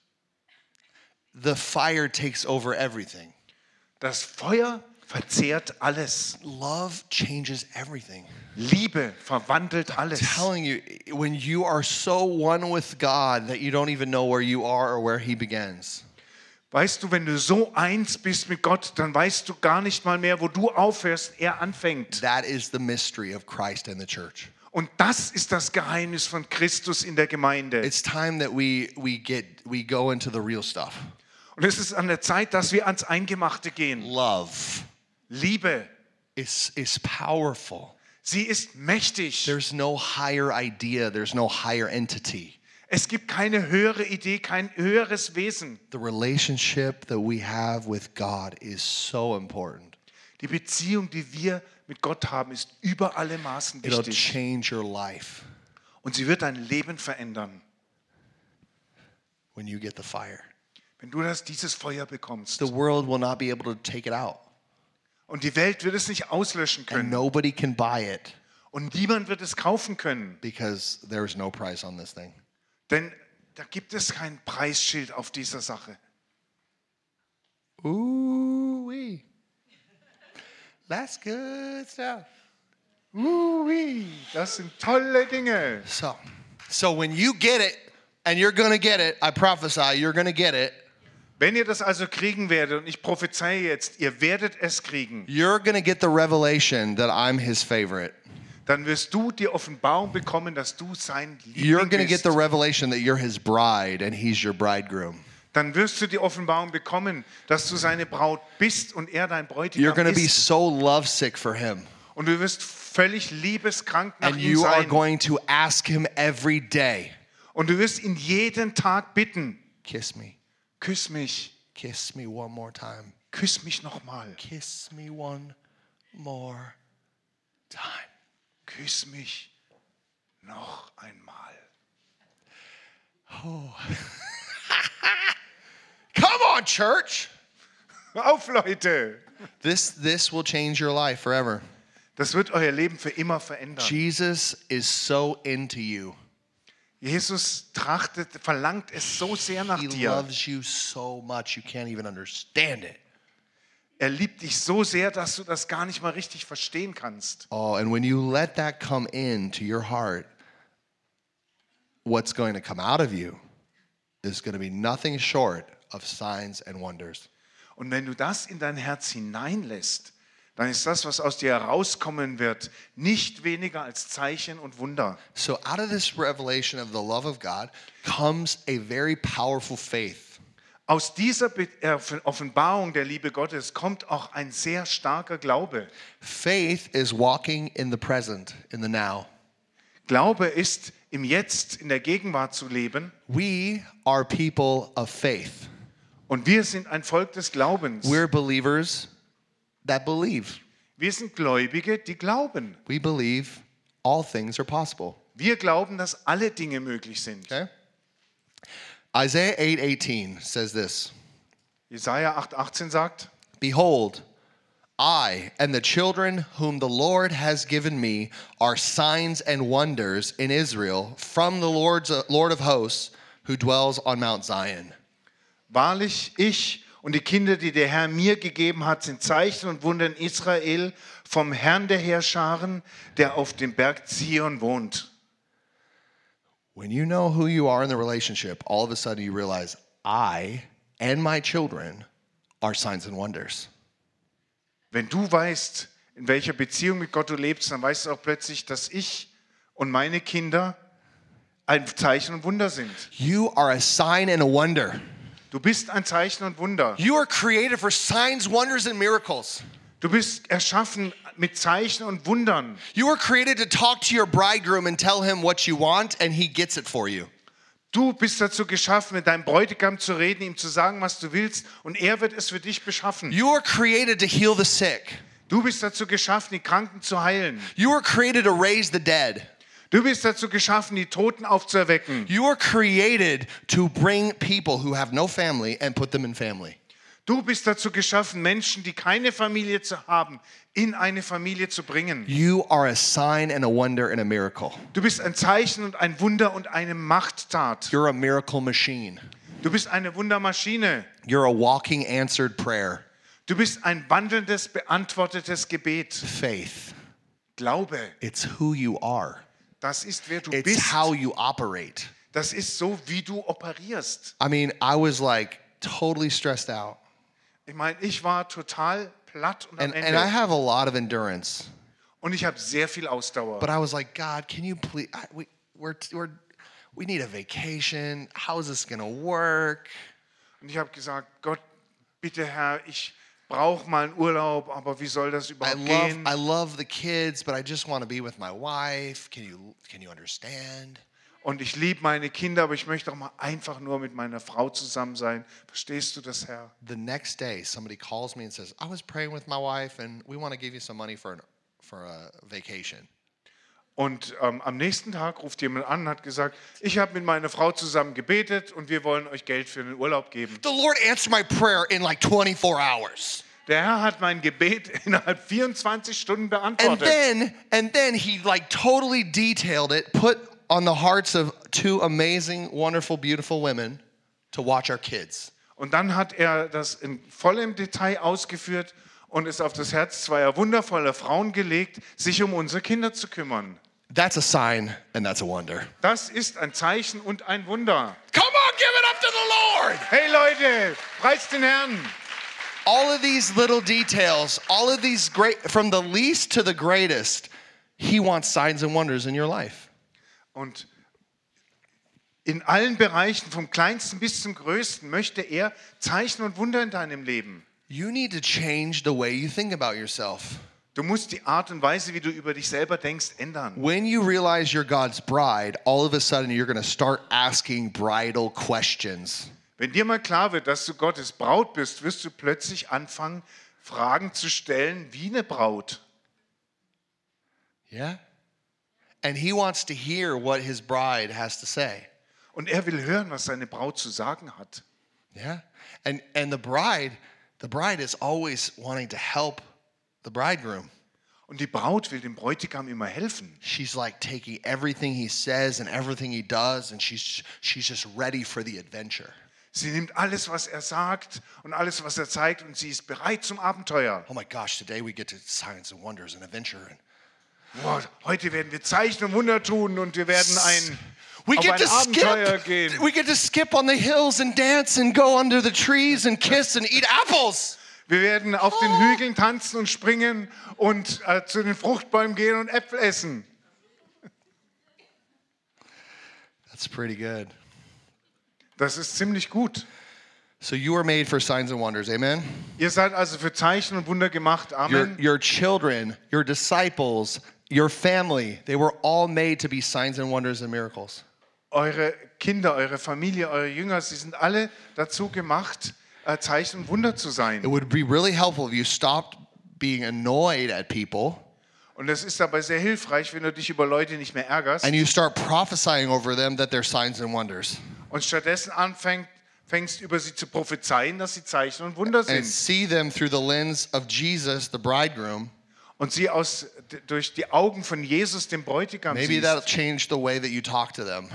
Speaker 1: The fire takes over everything.
Speaker 2: Das Feuer verzehrt alles.
Speaker 1: Love changes everything.
Speaker 2: Liebe verwandelt alles.
Speaker 1: telling you, when you are so one with God that you don't even know where you are or where He begins.
Speaker 2: Weißt du, wenn du so eins bist mit Gott, dann weißt du gar nicht mal mehr, wo du aufhörst, er anfängt.
Speaker 1: That is the mystery of Christ and the church.
Speaker 2: Und das ist das Geheimnis von Christus in der Gemeinde.
Speaker 1: It's time that we we get we go into the real stuff.
Speaker 2: Und es ist an der Zeit, dass wir ans Eingemachte gehen.
Speaker 1: Love
Speaker 2: Liebe,
Speaker 1: is is powerful.
Speaker 2: sie ist mächtig.
Speaker 1: There's no higher idea, there's no higher entity.
Speaker 2: Es gibt keine höhere Idee, kein höheres Wesen.
Speaker 1: The relationship that we have with God is so important.
Speaker 2: Die Beziehung, die wir mit Gott haben, ist über alle Maßen
Speaker 1: It'll
Speaker 2: wichtig.
Speaker 1: change your life
Speaker 2: Und sie wird dein Leben verändern,
Speaker 1: when you get the fire.
Speaker 2: wenn du das, dieses Feuer bekommst.
Speaker 1: The world will not be able to take it out.
Speaker 2: Und die Welt wird es nicht auslöschen
Speaker 1: and
Speaker 2: können.
Speaker 1: nobody can buy it
Speaker 2: Und niemand wird es kaufen können.
Speaker 1: because there's no price on this thing.
Speaker 2: Denn da gibt es kein Preisschild auf dieser Sache.
Speaker 1: Ooh wee. That's good stuff. Ooh wee.
Speaker 2: Das sind tolle Dinge.
Speaker 1: So, so when you get it, and you're gonna get it, I prophesy, you're gonna get it.
Speaker 2: Wenn ihr das also kriegen werdet, und ich prophezeie jetzt, ihr werdet es kriegen,
Speaker 1: You're gonna get the revelation that I'm His favorite.
Speaker 2: dann wirst du die Offenbarung bekommen, dass du sein
Speaker 1: You're
Speaker 2: Liebling
Speaker 1: gonna get
Speaker 2: bist.
Speaker 1: the revelation that you're His bride and He's your bridegroom.
Speaker 2: Dann wirst du die Offenbarung bekommen, dass du seine Braut bist und er dein
Speaker 1: You're
Speaker 2: Bräutigam
Speaker 1: gonna be
Speaker 2: ist.
Speaker 1: so lovesick for Him,
Speaker 2: Und du wirst völlig liebeskrank nach
Speaker 1: and
Speaker 2: ihm
Speaker 1: you are
Speaker 2: sein.
Speaker 1: going to ask Him every day,
Speaker 2: Und du wirst ihn jeden Tag bitten,
Speaker 1: "Kiss me."
Speaker 2: küss mich,
Speaker 1: Kiss me one more time.
Speaker 2: küss mich nochmal,
Speaker 1: Kiss me one more time.
Speaker 2: Küss mich noch einmal.
Speaker 1: Come on, church.
Speaker 2: Auf, Leute!
Speaker 1: This this will change your life forever.
Speaker 2: Das wird euer Leben für immer verändern.
Speaker 1: Jesus is so into you.
Speaker 2: Jesus trachtet, verlangt es so sehr nach
Speaker 1: He
Speaker 2: dir.
Speaker 1: loves you so much you can't even understand it.
Speaker 2: Er liebt dich so sehr, dass du das gar nicht mal richtig verstehen kannst.
Speaker 1: Oh, and when you let that come into your heart, what's going to come out of you is going to be nothing short of signs and wonders.
Speaker 2: Und wenn du das in dein Herz hineinlässt, dann ist das, was aus dir herauskommen wird, nicht weniger als Zeichen und Wunder.
Speaker 1: So, out of this revelation of the love of God comes a very powerful faith.
Speaker 2: Aus dieser Be äh, Offenbarung der Liebe Gottes kommt auch ein sehr starker Glaube.
Speaker 1: Faith is walking in the present, in the now.
Speaker 2: Glaube ist, im Jetzt, in der Gegenwart zu leben.
Speaker 1: We are people of faith.
Speaker 2: Und wir sind ein Volk des Glaubens.
Speaker 1: We're believers that believe.
Speaker 2: Wir sind Gläubige, die glauben.
Speaker 1: We believe all things are possible.
Speaker 2: Wir glauben, dass alle Dinge möglich sind.
Speaker 1: Okay? Isaiah 8:18 says this.
Speaker 2: Jesaja 8,18 sagt:
Speaker 1: Behold, I and the children whom the Lord has given me are signs and wonders in Israel from the Lord's, uh, Lord of hosts who dwells on Mount Zion.
Speaker 2: Wahrlich, ich und die Kinder, die der Herr mir gegeben hat, sind Zeichen und Wunder in Israel vom Herrn der Herrscharen, der auf dem Berg Zion wohnt.
Speaker 1: When you know who you are in the relationship, all of a sudden you realize I and my children are signs and wonders.
Speaker 2: Wenn du weißt, in welcher Beziehung mit Gott du lebst, dann weißt du auch plötzlich, dass ich und meine Kinder ein Zeichen und Wunder sind.
Speaker 1: You are a sign and a wonder.
Speaker 2: Du bist ein Zeichen und Wunder.
Speaker 1: You are created for signs, wonders, and miracles.
Speaker 2: Du bist erschaffen mit Zeichen und Wundern.
Speaker 1: You were created to talk to your bridegroom and tell him what you want, and he gets it for you.
Speaker 2: Du bist dazu geschaffen, mit deinem Bräutigam zu reden, ihm zu sagen, was du willst, und er wird es für dich beschaffen.
Speaker 1: You were created to heal the sick.
Speaker 2: Du bist dazu geschaffen, die Kranken zu heilen.
Speaker 1: You were created to raise the dead.
Speaker 2: Du bist dazu geschaffen, die Toten aufzuerwecken.
Speaker 1: You were created to bring people who have no family and put them in family.
Speaker 2: Du bist dazu geschaffen, Menschen, die keine Familie zu haben, in eine Familie zu bringen.
Speaker 1: You are a sign and a wonder and a miracle.
Speaker 2: Du bist ein Zeichen und ein Wunder und eine Machttat.
Speaker 1: You're a miracle machine.
Speaker 2: Du bist eine Wundermaschine.
Speaker 1: You're a walking answered prayer.
Speaker 2: Du bist ein wandelndes, beantwortetes Gebet.
Speaker 1: Faith.
Speaker 2: Glaube,
Speaker 1: It's who you are,
Speaker 2: das ist wer du
Speaker 1: it's
Speaker 2: bist.
Speaker 1: how you operate.
Speaker 2: Das ist so, wie du operierst.
Speaker 1: I mean, I was like totally stressed out.
Speaker 2: Ich meine, ich war total platt und am
Speaker 1: And, and I
Speaker 2: Ende.
Speaker 1: have a lot of endurance.
Speaker 2: Und ich habe sehr viel Ausdauer.
Speaker 1: But I was like, God, can you please? I, we, we're, we're, we need a vacation. How is this going to work?
Speaker 2: Und ich habe gesagt, Gott, bitte Herr, ich brauche mal einen Urlaub, aber wie soll das
Speaker 1: I
Speaker 2: überhaupt
Speaker 1: love,
Speaker 2: gehen?
Speaker 1: I love the kids, but I just want to be with my wife. Can you, can you understand?
Speaker 2: Und ich liebe meine Kinder, aber ich möchte auch mal einfach nur mit meiner Frau zusammen sein. Verstehst du das, Herr?
Speaker 1: The next day, somebody calls me and says, I was praying with my wife, and we want to give you some money for, an, for a vacation.
Speaker 2: Und ähm, am nächsten Tag ruft jemand an und hat gesagt, ich habe mit meiner Frau zusammen gebetet und wir wollen euch Geld für den Urlaub geben.
Speaker 1: The Lord answered my prayer in like 24 hours.
Speaker 2: Der Herr hat mein Gebet innerhalb 24 Stunden
Speaker 1: And
Speaker 2: beantwortet.
Speaker 1: then, and then he like totally detailed it, put on the hearts of two amazing, wonderful, beautiful women to watch our kids.
Speaker 2: Und dann hat er das in vollem Detail ausgeführt und es auf das Herz zweier wundervoller Frauen gelegt, sich um unsere Kinder zu kümmern.
Speaker 1: That's a sign and that's a wonder.
Speaker 2: Das ist ein Zeichen und ein Wunder.
Speaker 1: Come on, give it up to the Lord.
Speaker 2: Hey Leute, preist den Herrn.
Speaker 1: All of these little details, all of these great, from the least to the greatest, he wants signs and wonders in your life.
Speaker 2: Und in allen Bereichen, vom kleinsten bis zum größten, möchte er Zeichen und Wunder in deinem Leben.
Speaker 1: You need to change the way you think about yourself.
Speaker 2: Du musst die Art und Weise, wie du über dich selber denkst, ändern.
Speaker 1: When you realize you're God's bride, all of a sudden you're going to start asking bridal questions.
Speaker 2: Wenn dir mal klar wird, dass du Gottes Braut bist, wirst du plötzlich anfangen, Fragen zu stellen wie eine Braut.
Speaker 1: Yeah? And he wants to hear what his bride has to say.
Speaker 2: Und er will hören, was seine Braut zu sagen hat.
Speaker 1: Yeah? And and the bride, the bride is always wanting to help the bridegroom.
Speaker 2: Und die Braut will dem Bräutigam immer helfen.
Speaker 1: She's like taking everything he says and everything he does and she's she's just ready for the adventure.
Speaker 2: Sie nimmt alles, was er sagt und alles, was er zeigt und sie ist bereit zum Abenteuer.
Speaker 1: Oh my gosh, today we get to signs and wonders and adventure and
Speaker 2: Boah, heute werden wir Zeichen und Wunder tun und wir werden ein,
Speaker 1: We
Speaker 2: auf
Speaker 1: get
Speaker 2: ein
Speaker 1: to
Speaker 2: Abenteuer
Speaker 1: skip.
Speaker 2: gehen.
Speaker 1: We get to skip on the hills and dance and go under the trees and kiss and eat apples.
Speaker 2: Wir werden auf
Speaker 1: Oh.
Speaker 2: den Hügeln tanzen und springen und äh, zu den Fruchtbäumen gehen und Äpfel essen.
Speaker 1: That's pretty good.
Speaker 2: Das ist ziemlich gut.
Speaker 1: So you were made for signs and wonders. Amen.
Speaker 2: Ihr seid also für Zeichen und Wunder gemacht.
Speaker 1: Your
Speaker 2: Amen.
Speaker 1: your children, your disciples, your family, they were all made to be signs and wonders and miracles.
Speaker 2: Eure Kinder, eure Familie, eure Jünger, sie sind alle dazu gemacht, äh, Zeichen und Wunder zu
Speaker 1: It
Speaker 2: sein.
Speaker 1: would be really helpful if you stopped being annoyed at people
Speaker 2: Und es ist dabei sehr hilfreich, wenn du dich über Leute nicht mehr ärgerst
Speaker 1: and you start prophesying over them that they're signs and wonders.
Speaker 2: und stattdessen anfängst, fängst über sie zu prophezeien, dass sie Zeichen und Wunder
Speaker 1: And
Speaker 2: sind
Speaker 1: see them through the lens of Jesus, the bridegroom.
Speaker 2: und sie aus, d- durch die Augen von Jesus, dem Bräutigam,
Speaker 1: Maybe
Speaker 2: siehst.
Speaker 1: that'll change the way that you talk to them.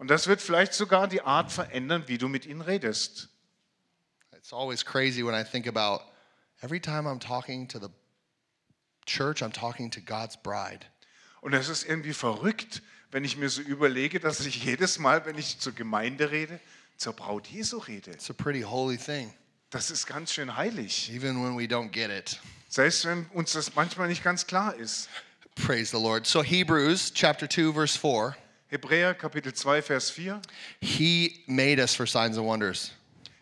Speaker 2: Und das wird vielleicht sogar die Art verändern, wie du mit ihnen redest.
Speaker 1: It's always crazy when I think about every time I'm talking to the church, I'm talking to God's bride.
Speaker 2: Und es ist irgendwie verrückt, wenn ich mir so überlege, dass ich jedes Mal, wenn ich zur Gemeinde rede, zur Braut Jesu rede.
Speaker 1: It's a pretty holy thing,
Speaker 2: Das ist ganz schön heilig.
Speaker 1: even when we don't get it.
Speaker 2: Selbst wenn uns das manchmal nicht ganz klar ist.
Speaker 1: Praise the Lord. So, Hebrews chapter 2, verse 4,
Speaker 2: Hebräer Kapitel 2, Vers 4.
Speaker 1: he made us for signs and wonders.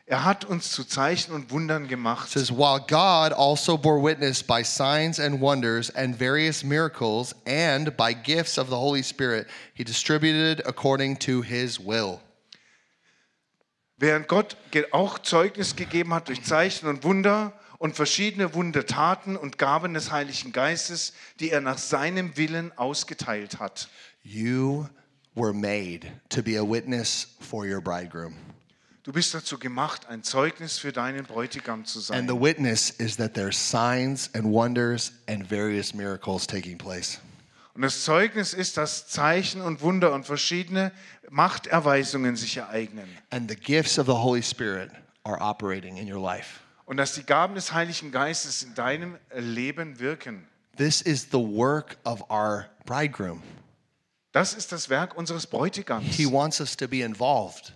Speaker 2: Er hat uns zu Zeichen und Wundern
Speaker 1: It
Speaker 2: gemacht.
Speaker 1: says, while God also bore witness by signs and wonders and various miracles and by gifts of the Holy Spirit, he distributed according to his will.
Speaker 2: Während Gott ge- auch Zeugnis gegeben hat durch Zeichen und Wunder und verschiedene Wundertaten und Gaben des Heiligen Geistes, die er nach seinem Willen ausgeteilt hat.
Speaker 1: You were made to be a witness for your bridegroom.
Speaker 2: Du bist dazu gemacht, ein Zeugnis für deinen Bräutigam zu
Speaker 1: And
Speaker 2: sein.
Speaker 1: the witness is that there's signs and wonders and various miracles taking place.
Speaker 2: Und das Zeugnis ist, dass Zeichen und Wunder und verschiedene Machterweisungen sich ereignen.
Speaker 1: And the gifts of the Holy Spirit are operating in your life.
Speaker 2: Und dass die Gaben des Heiligen Geistes in deinem Leben wirken.
Speaker 1: This is the work of our bridegroom.
Speaker 2: Das ist das Werk unseres Bräutigams.
Speaker 1: He wants us to be involved,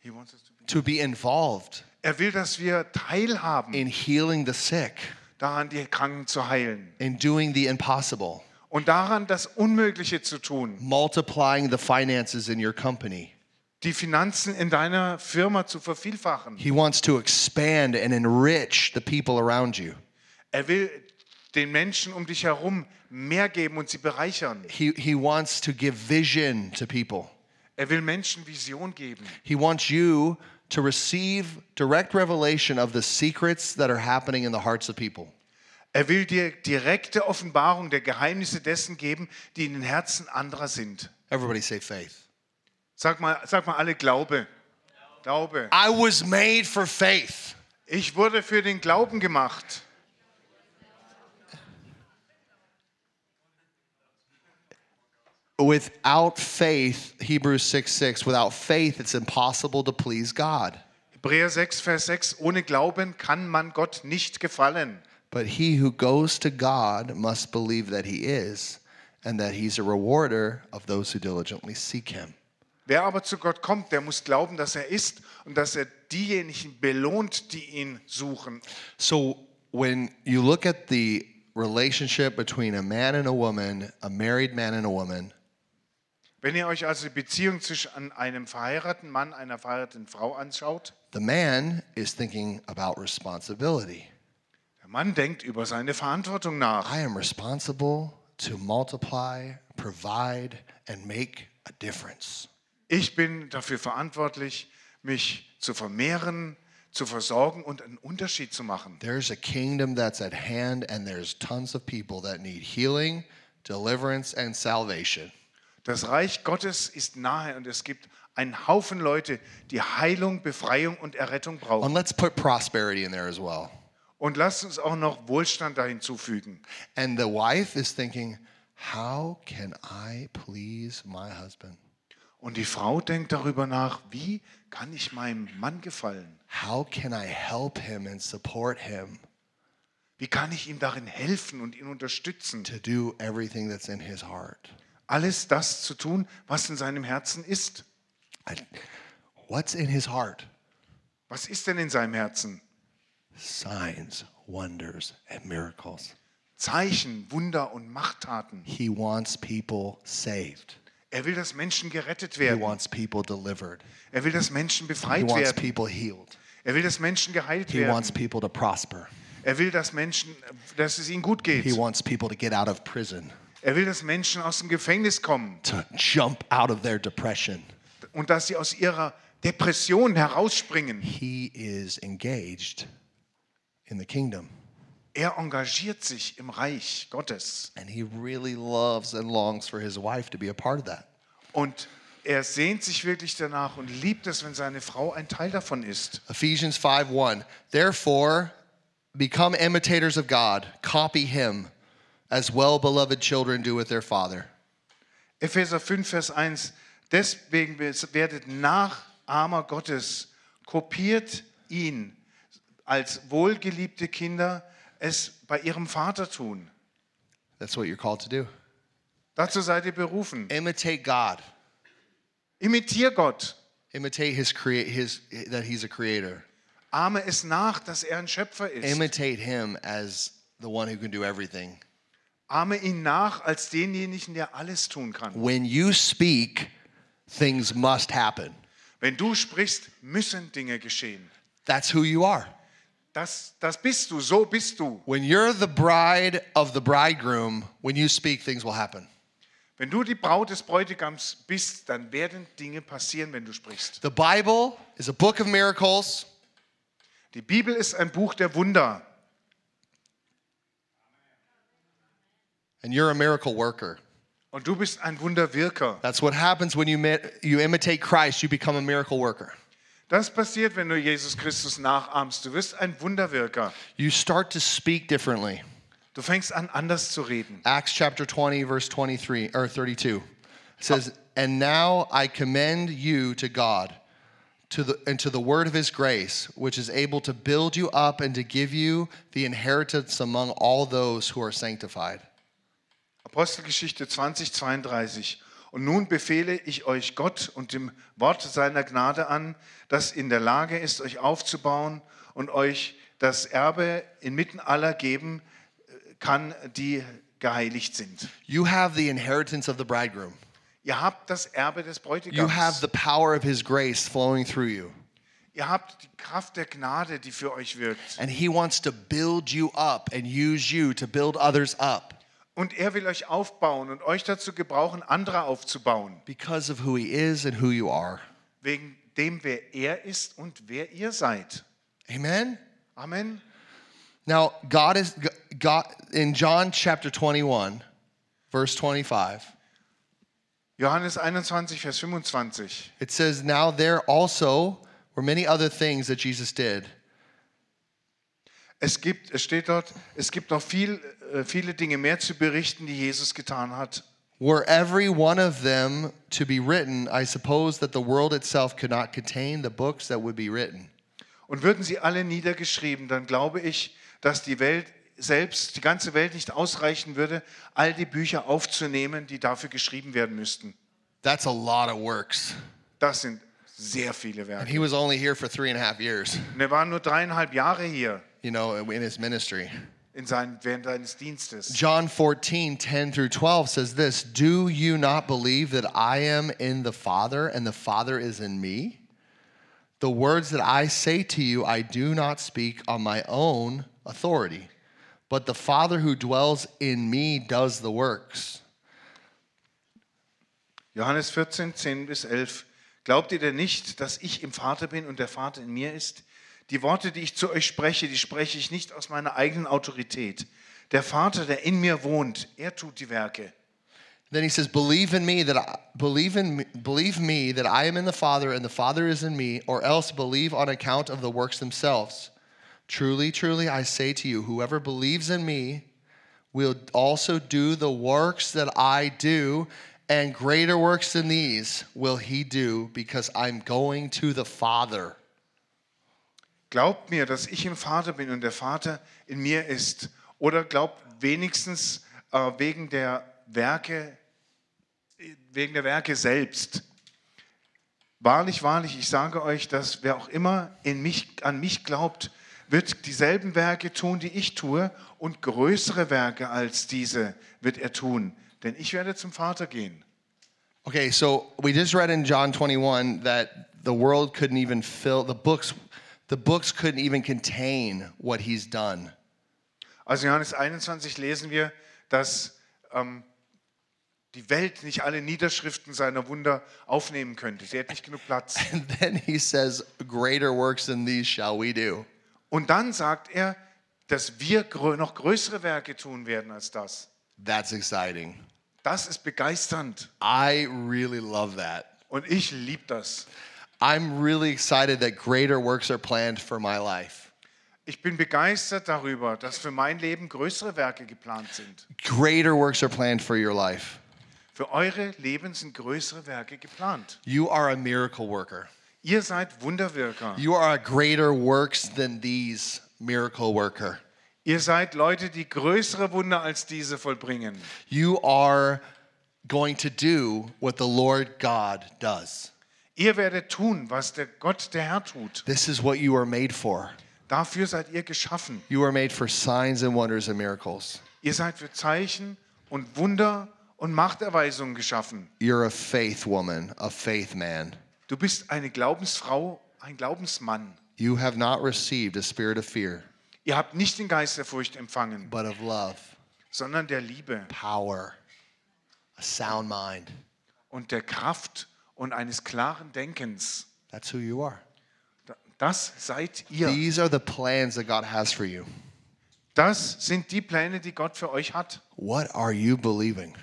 Speaker 2: He wants us to be-
Speaker 1: to be involved
Speaker 2: Er will, dass wir teilhaben,
Speaker 1: in healing the sick,
Speaker 2: daran die Kranken zu heilen.
Speaker 1: in doing the impossible,
Speaker 2: Und daran das Unmögliche zu tun.
Speaker 1: multiplying the finances in your company.
Speaker 2: Die Finanzen in deiner Firma zu vervielfachen.
Speaker 1: He wants to expand and enrich the people around you.
Speaker 2: Er will den Menschen um dich herum mehr geben und sie bereichern.
Speaker 1: He, he wants to give vision to people.
Speaker 2: Er will Menschen Vision geben.
Speaker 1: He wants you to receive direct revelation of the secrets that are happening in the hearts of people.
Speaker 2: Er will dir direkte Offenbarung der Geheimnisse dessen geben, die in den Herzen anderer sind.
Speaker 1: Everybody say faith.
Speaker 2: Sag mal, sag mal alle Glaube. Glaube.
Speaker 1: I was made for faith.
Speaker 2: Ich wurde für den Glauben gemacht.
Speaker 1: Without faith, Hebrews 6 6, without faith, it's impossible to please God.
Speaker 2: Hebräer 6, Vers 6. Ohne Glauben kann man Gott nicht gefallen.
Speaker 1: But he who goes to God must believe that he is, and that he's a rewarder of those who diligently seek him.
Speaker 2: Wer aber zu Gott kommt, der muss glauben, dass er ist und dass er diejenigen belohnt, die ihn suchen.
Speaker 1: So when you look at the relationship between a man and a woman, a married man and a woman,
Speaker 2: Wenn ihr euch also die Beziehung zwischen einem verheirateten Mann, einer verheirateten Frau anschaut,
Speaker 1: the man is thinking about responsibility.
Speaker 2: der Mann denkt über seine Verantwortung nach.
Speaker 1: I am responsible to multiply, provide, and make a difference.
Speaker 2: Ich bin dafür verantwortlich, mich zu vermehren, zu versorgen und einen Unterschied zu machen.
Speaker 1: There's a kingdom that's at hand, and there's tons of people that need healing, deliverance, and salvation.
Speaker 2: Das Reich Gottes ist nahe und es gibt einen Haufen Leute, die Heilung, Befreiung und Errettung brauchen.
Speaker 1: And let's put prosperity in there as well.
Speaker 2: Und lasst uns auch noch Wohlstand da hinzufügen.
Speaker 1: And the wife is thinking, how can I please my husband?
Speaker 2: Und die Frau denkt darüber nach, wie kann ich meinem Mann gefallen?
Speaker 1: How can I help him and support him
Speaker 2: Wie kann ich ihm darin helfen und ihn unterstützen?
Speaker 1: to do everything that's in his heart?
Speaker 2: Alles das zu tun, was in seinem Herzen ist.
Speaker 1: I- what's in his heart?
Speaker 2: Was ist denn in seinem Herzen?
Speaker 1: Signs, wonders, and miracles.
Speaker 2: Zeichen, Wunder und Machttaten.
Speaker 1: He wants people saved.
Speaker 2: Er will, dass Menschen gerettet
Speaker 1: He
Speaker 2: werden.
Speaker 1: wants people delivered.
Speaker 2: Er will, dass Menschen
Speaker 1: He
Speaker 2: befreit
Speaker 1: wants
Speaker 2: werden.
Speaker 1: people healed.
Speaker 2: Er will, dass Menschen geheilt
Speaker 1: He wants
Speaker 2: werden.
Speaker 1: people to prosper.
Speaker 2: Er will, dass Menschen, dass es ihnen gut
Speaker 1: He
Speaker 2: geht.
Speaker 1: wants people to get out of prison,
Speaker 2: Er will, dass Menschen aus dem Gefängnis kommen
Speaker 1: to jump out of their depression.
Speaker 2: und dass sie aus ihrer Depression herausspringen.
Speaker 1: He is engaged in the kingdom
Speaker 2: Er engagiert sich im Reich Gottes
Speaker 1: and he really loves and longs for his wife to be a part of that.
Speaker 2: und er sehnt sich wirklich danach und liebt es, wenn seine Frau ein Teil davon ist.
Speaker 1: Ephesians 5:1. Therefore, become imitators of God, copy him as well-beloved children do with their father.
Speaker 2: Epheser 5, Vers 1. Deswegen werdet Nachahmer Gottes, kopiert ihn als wohlgeliebte Kinder es bei ihrem Vater tun.
Speaker 1: That's what you're called to do.
Speaker 2: Dazu seid ihr berufen.
Speaker 1: Imitate God.
Speaker 2: Imitier Gott.
Speaker 1: Imitate his create his that he's a creator.
Speaker 2: Ahme es nach, dass er ein Schöpfer ist.
Speaker 1: Imitate him as the one who can do everything.
Speaker 2: Ahme ihn nach als denjenigen, der alles tun kann.
Speaker 1: When you speak, things must happen.
Speaker 2: Wenn du sprichst, müssen Dinge geschehen.
Speaker 1: That's who you are.
Speaker 2: Das, das bist du, so bist du.
Speaker 1: When you're the bride of the bridegroom, when you speak, things will happen.
Speaker 2: Wenn du die Braut des Bräutigams bist, dann werden Dinge passieren, wenn du sprichst.
Speaker 1: The Bible is a book of miracles.
Speaker 2: Die Bibel ist ein Buch der Wunder
Speaker 1: and you're a miracle worker.
Speaker 2: und du bist ein Wunderwirker.
Speaker 1: That's what happens when you, mi- you imitate Christ, you become a miracle worker.
Speaker 2: Das passiert, wenn du Jesus Christus nachahmst. Du wirst ein Wunderwirker.
Speaker 1: You start to speak differently.
Speaker 2: Du fängst an, anders zu reden.
Speaker 1: Acts chapter 20, verse 23 or 32 it says, And now I commend you to God to the, and to the word of his grace, which is able to build you up and to give you the inheritance among all those who are sanctified.
Speaker 2: Apostelgeschichte 20, 32. Und nun befehle ich euch Gott und dem Wort seiner Gnade an, das in der Lage ist, euch aufzubauen und euch das Erbe inmitten aller geben äh, kann, die geheiligt sind.
Speaker 1: You have the inheritance of the bridegroom,
Speaker 2: Ihr habt das Erbe des
Speaker 1: you have
Speaker 2: Bräutigams.
Speaker 1: the power of his grace flowing through you.
Speaker 2: Ihr habt die Kraft der Gnade, die für euch wirkt.
Speaker 1: And he wants to build you up and use you to build others up
Speaker 2: Und er will euch aufbauen und euch dazu gebrauchen, andere aufzubauen,
Speaker 1: because of who he is and who you are.
Speaker 2: wegen dem, wer er ist und wer ihr seid.
Speaker 1: Amen.
Speaker 2: Amen.
Speaker 1: Now, God is God in John chapter 21, verse 25.
Speaker 2: Johannes 21, Vers 25.
Speaker 1: It says, "Now there also were many other things that Jesus did,
Speaker 2: Es gibt, es steht dort, es gibt noch viel, äh, viele Dinge mehr zu berichten, die Jesus getan hat.
Speaker 1: were every one of them to be written, I suppose that the world itself could not contain the books that would be written."
Speaker 2: Und würden sie alle niedergeschrieben, dann glaube ich, dass die Welt selbst, die ganze Welt nicht ausreichen würde, all die Bücher aufzunehmen, die dafür geschrieben werden müssten.
Speaker 1: That's a lot of works.
Speaker 2: Das sind sehr viele
Speaker 1: And
Speaker 2: Werke.
Speaker 1: he was only here for three and a half years,
Speaker 2: Und er war nur dreieinhalb Jahre hier.
Speaker 1: you know, in his ministry.
Speaker 2: in seinen, während deines Dienstes.
Speaker 1: John 14, 10 through 12 says this Do you not believe that I am in the Father and the Father is in me? The words that I say to you, I do not speak on my own authority, but the Father who dwells in me does the works.
Speaker 2: Johannes 14, 10 bis 11. Glaubt ihr denn nicht, dass ich im Vater bin und der Vater in mir ist? Die Worte, die ich zu euch spreche, die spreche ich nicht aus meiner eigenen Autorität, Der Vater, der in mir wohnt, er tut die Werke.
Speaker 1: Then he says, "Believe in me that I, believe in me, believe me that I am in the Father and the Father is in me, or else believe on account of the works themselves. Truly, truly, I say to you, whoever believes in me will also do the works that I do, and greater works than these will he do, because I'm going to the Father."
Speaker 2: Glaubt mir, dass ich im Vater bin und der Vater in mir ist. Oder glaubt wenigstens äh, wegen der Werke, wegen der Werke selbst. Wahrlich, wahrlich, ich sage euch, dass wer auch immer in mich, an mich glaubt, wird dieselben Werke tun, die ich tue, und größere Werke als diese wird er tun, denn ich werde zum Vater gehen.
Speaker 1: Okay, so we just read in John 21 that the world couldn't even fill the books the books couldn't even contain what he's done.
Speaker 2: Also in Johannes 21 lesen wir, dass ähm, die Welt nicht alle Niederschriften seiner Wunder aufnehmen könnte. Sie hätte nicht genug Platz.
Speaker 1: And then he says, "Greater works than these shall we do."
Speaker 2: Und dann sagt er, dass wir grö- noch größere Werke tun werden als das.
Speaker 1: That's exciting.
Speaker 2: Das ist begeisternd
Speaker 1: I really love that.
Speaker 2: und ich liebe das.
Speaker 1: I'm really excited that greater works are planned for my life.
Speaker 2: Ich bin begeistert darüber, dass für mein Leben größere Werke geplant sind.
Speaker 1: Greater works are planned for your life.
Speaker 2: Für eure Leben sind größere Werke geplant.
Speaker 1: You are a miracle worker.
Speaker 2: Ihr seid Wunderwirker.
Speaker 1: You are a greater works than these miracle worker.
Speaker 2: Ihr seid Leute, die größere Wunder als diese vollbringen.
Speaker 1: You are going to do what the Lord God does.
Speaker 2: Ihr werdet tun, was der Gott, der Herr tut.
Speaker 1: This is what you are made for.
Speaker 2: Dafür seid ihr geschaffen.
Speaker 1: You are made for signs and wonders and miracles.
Speaker 2: Ihr seid für Zeichen und Wunder und Machterweisungen geschaffen.
Speaker 1: You're a faith woman, a faith man.
Speaker 2: Du bist eine Glaubensfrau, ein Glaubensmann.
Speaker 1: You have not received a spirit of fear,
Speaker 2: Ihr habt nicht den Geist der Furcht empfangen,
Speaker 1: but of love,
Speaker 2: sondern der Liebe
Speaker 1: power, a sound mind.
Speaker 2: und der Kraft und eines klaren Denkens.
Speaker 1: That's who you are.
Speaker 2: Da- Das seid ihr.
Speaker 1: These are the plans that God has for you.
Speaker 2: Das sind die Pläne, die Gott für euch hat.
Speaker 1: What are you believing?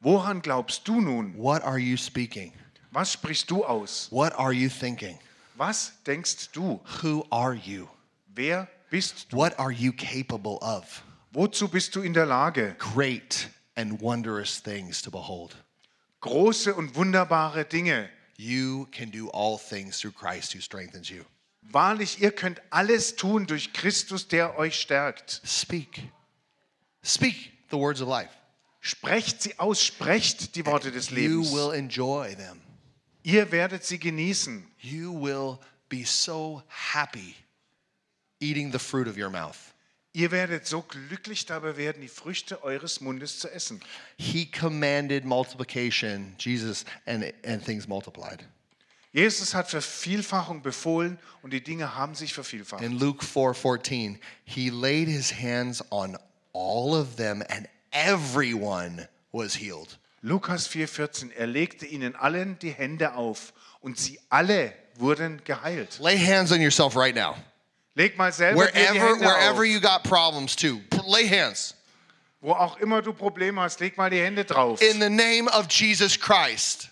Speaker 2: Woran glaubst du nun?
Speaker 1: What are you speaking?
Speaker 2: Was sprichst du aus?
Speaker 1: What are you thinking?
Speaker 2: Was denkst du?
Speaker 1: Who are you?
Speaker 2: Wer bist du?
Speaker 1: What are you capable of?
Speaker 2: Wozu bist du in der Lage?
Speaker 1: Great and wondrous things to behold.
Speaker 2: Große und wunderbare Dinge.
Speaker 1: You can do all things through Christ who strengthens you.
Speaker 2: Wahrlich, ihr könnt alles tun durch Christus, der euch stärkt.
Speaker 1: Speak. Speak the words of life.
Speaker 2: Sprecht sie aus, sprecht die Worte des
Speaker 1: You
Speaker 2: Lebens.
Speaker 1: will enjoy them.
Speaker 2: Ihr werdet sie genießen.
Speaker 1: You will be so happy eating the fruit of your mouth.
Speaker 2: Ihr werdet so glücklich dabei werden, die Früchte eures Mundes zu essen.
Speaker 1: He commanded multiplication, Jesus, and, and things multiplied.
Speaker 2: Jesus hat Vervielfachung befohlen und die Dinge haben sich vervielfacht.
Speaker 1: In Luke 4 14, he laid his hands on all of them, and everyone was healed.
Speaker 2: Lukas 4,14. Er legte ihnen allen die Hände auf und sie alle wurden geheilt.
Speaker 1: Lay hands on yourself right now.
Speaker 2: Leg mal selber dir die
Speaker 1: Wherever,
Speaker 2: Hände
Speaker 1: wherever
Speaker 2: auf.
Speaker 1: you got problems, too, p- lay hands.
Speaker 2: Wo auch immer du Probleme hast, leg mal die Hände drauf.
Speaker 1: In the name of Jesus Christ,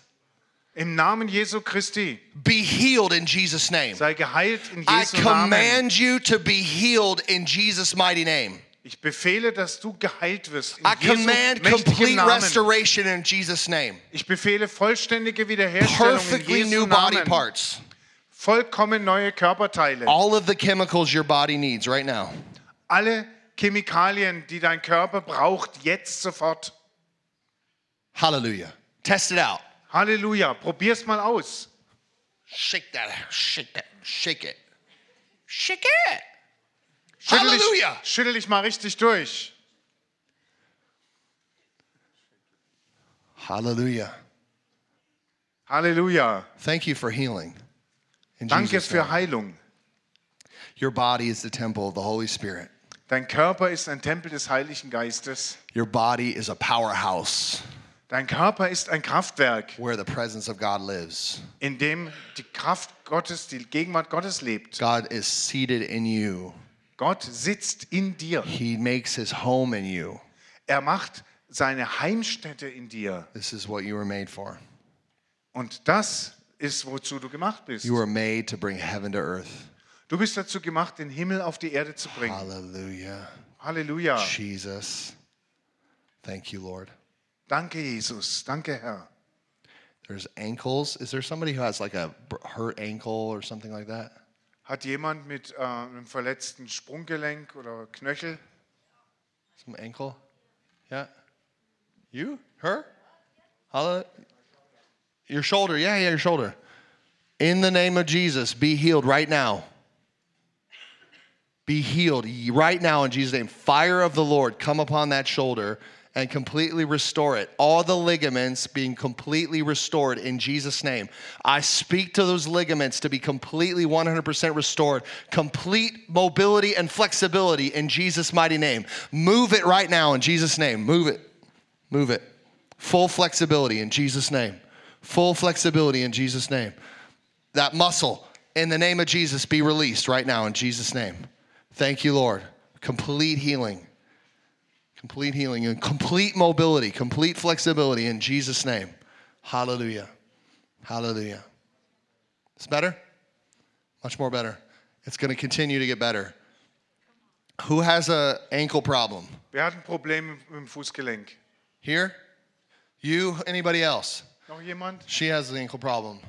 Speaker 2: Im Namen Jesu Christi.
Speaker 1: be healed in Jesus' name.
Speaker 2: Sei geheilt in
Speaker 1: I
Speaker 2: Jesu Namen.
Speaker 1: command you to be healed in Jesus' mighty name.
Speaker 2: Ich befehle, dass du geheilt wirst. In
Speaker 1: I
Speaker 2: Jesu
Speaker 1: command
Speaker 2: mächtigem
Speaker 1: complete
Speaker 2: Namen.
Speaker 1: restoration in Jesus' name.
Speaker 2: Ich befehle vollständige Wiederherstellung
Speaker 1: Perfectly
Speaker 2: in Jesu
Speaker 1: new body
Speaker 2: Namen.
Speaker 1: parts.
Speaker 2: Vollkommen neue Körperteile.
Speaker 1: All of the chemicals your body needs right now.
Speaker 2: Alle Chemikalien, die dein Körper braucht, jetzt sofort.
Speaker 1: Hallelujah. Test it out.
Speaker 2: Halleluja. Probier's mal aus.
Speaker 1: Shake that. Shake that. Shake it. Shake it.
Speaker 2: Schüttel
Speaker 1: Halleluja.
Speaker 2: Dich, schüttel dich mal richtig durch.
Speaker 1: Hallelujah.
Speaker 2: Halleluja.
Speaker 1: Thank you for healing. In
Speaker 2: Danke
Speaker 1: Jesus'
Speaker 2: für
Speaker 1: name.
Speaker 2: Heilung.
Speaker 1: Your body is the temple of the Holy Spirit.
Speaker 2: Dein Körper ist ein Tempel des Heiligen Geistes.
Speaker 1: Your body is a powerhouse
Speaker 2: Dein Körper ist ein Kraftwerk,
Speaker 1: where the presence of God lives.
Speaker 2: in dem die Kraft Gottes, die Gegenwart Gottes lebt.
Speaker 1: God is seated in you
Speaker 2: Gott sitzt in dir.
Speaker 1: He makes his home in you.
Speaker 2: Er macht seine Heimstätte in dir.
Speaker 1: This is what you were made for.
Speaker 2: Und das ist, wozu du gemacht bist.
Speaker 1: You were made to bring heaven to earth.
Speaker 2: Du bist dazu gemacht, den Himmel auf die Erde zu bringen.
Speaker 1: Hallelujah.
Speaker 2: Halleluja.
Speaker 1: Jesus. Thank you, Lord.
Speaker 2: Danke, Jesus. Danke, Herr.
Speaker 1: There's ankles. Is there somebody who has like a br- hurt ankle or something like that?
Speaker 2: Hat jemand mit äh, einem verletzten Sprunggelenk oder Knöchel?
Speaker 1: Some ankle? Yeah. You? Her? Holla. Your shoulder. Yeah, yeah, your shoulder. In the name of Jesus, be healed right now. Be healed ye- right now in Jesus' name. Fire of the Lord, come upon that shoulder and completely restore it. All the ligaments being completely restored in Jesus' name. I speak to those ligaments to be completely 100% restored, complete mobility and flexibility in Jesus' mighty name. Move it right now in Jesus' name. Move it. Move it. Full flexibility in Jesus' name. Full flexibility in Jesus' name. That muscle, in the name of Jesus, be released right now in Jesus' name. Thank you, Lord. Complete healing. Complete healing and complete mobility, complete flexibility in Jesus' name. Hallelujah. Hallelujah. It's better? Much more better. It's going to continue to get better. Who has a ankle problem?
Speaker 2: Wer hat ein Problem mit dem Fußgelenk?
Speaker 1: Here? You? Anybody else?
Speaker 2: Noch jemand?
Speaker 1: She has an ankle problem.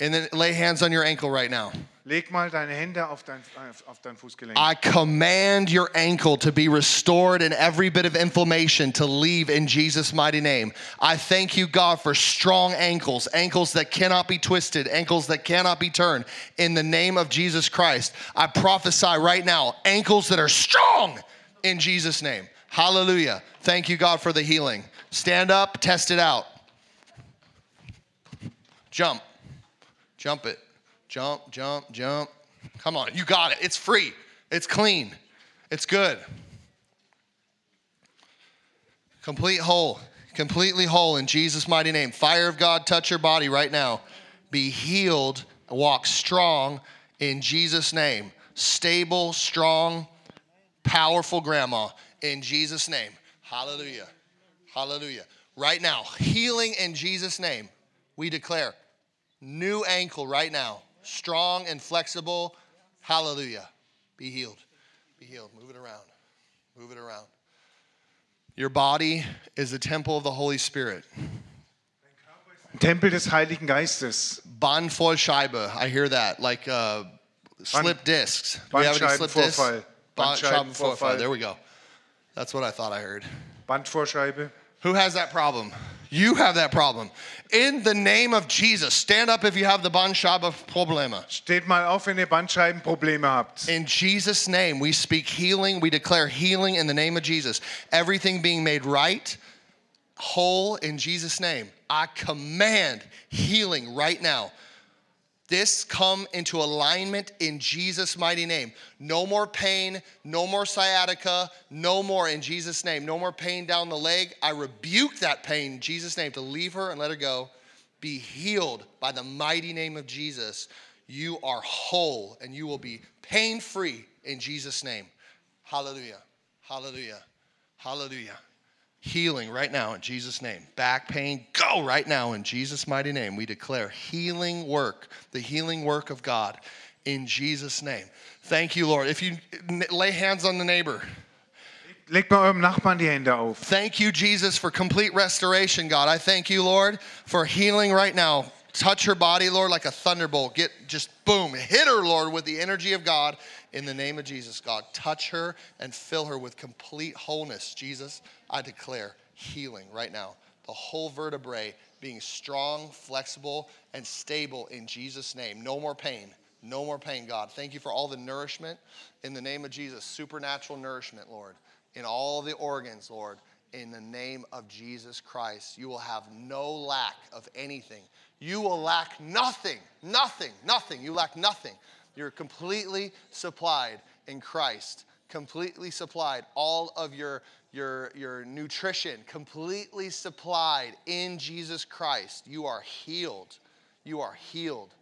Speaker 1: And then lay hands on your ankle right now.
Speaker 2: Leg mal deine Hände auf dein, auf dein Fußgelenk.
Speaker 1: I command your ankle to be restored and every bit of inflammation to leave in Jesus' mighty name. I thank you, God, for strong ankles, ankles that cannot be twisted, ankles that cannot be turned. In the name of Jesus Christ, I prophesy right now ankles that are strong in Jesus' name. Hallelujah. Thank you, God, for the healing. Stand up, test it out. Jump. Jump it. Jump, jump, jump. Come on. You got it. It's free. It's clean. It's good. Complete whole. Completely whole in Jesus' mighty name. Fire of God, touch your body right now. Be healed. Walk strong in Jesus' name. Stable, strong, powerful grandma in Jesus' name. Hallelujah. Hallelujah. Right now, healing in Jesus' name, we declare new ankle right now, strong and flexible. Hallelujah. Be healed. Be healed. Move it around. Move it around. Your body is the temple of the Holy Spirit.
Speaker 2: Tempel des Heiligen Geistes.
Speaker 1: Band voll Scheibe. I hear that. Like uh, slip discs. Do we have any slip discs?
Speaker 2: Bandscheibenvorfall.
Speaker 1: Ba-
Speaker 2: Bandscheibenvorfall.
Speaker 1: Scheibenvorfall. There we go. That's what I thought I heard.
Speaker 2: Bandvorscheibe.
Speaker 1: Who has that problem? You have that problem. In the name of Jesus, stand up if you have the Banshaba problema.
Speaker 2: Steht mal auf, wenn ihr Bandscheibenprobleme habt.
Speaker 1: In Jesus' name, we speak healing. We declare healing in the name of Jesus. Everything being made right, whole in Jesus' name. I command healing right now. This come into alignment in Jesus' mighty name. No more pain, no more sciatica, no more in Jesus' name. No more pain down the leg. I rebuke that pain in Jesus' name to leave her and let her go. Be healed by the mighty name of Jesus. You are whole and you will be pain free in Jesus' name. Hallelujah. Hallelujah. Hallelujah. Healing right now in Jesus' name. Back pain, go right now in Jesus' mighty name. We declare healing work, the healing work of God in Jesus' name. Thank you, Lord. If you n- lay hands on the neighbor,
Speaker 2: Legt mal eurem Nachbarn die Hände auf.
Speaker 1: thank you, Jesus, for complete restoration, God. I thank you, Lord, for healing right now. Touch her body, Lord, like a thunderbolt. Get just boom, hit her, Lord, with the energy of God in the name of Jesus, God. Touch her and fill her with complete wholeness, Jesus. I declare healing right now. The whole vertebrae being strong, flexible, and stable in Jesus' name. No more pain. No more pain, God. Thank you for all the nourishment in the name of Jesus. Supernatural nourishment, Lord, in all the organs, Lord in the name of Jesus Christ. You will have no lack of anything. You will lack nothing, nothing, nothing. You lack nothing. You're completely supplied in Christ, completely supplied. All of your, your, your nutrition, completely supplied in Jesus Christ. You are healed. You are healed.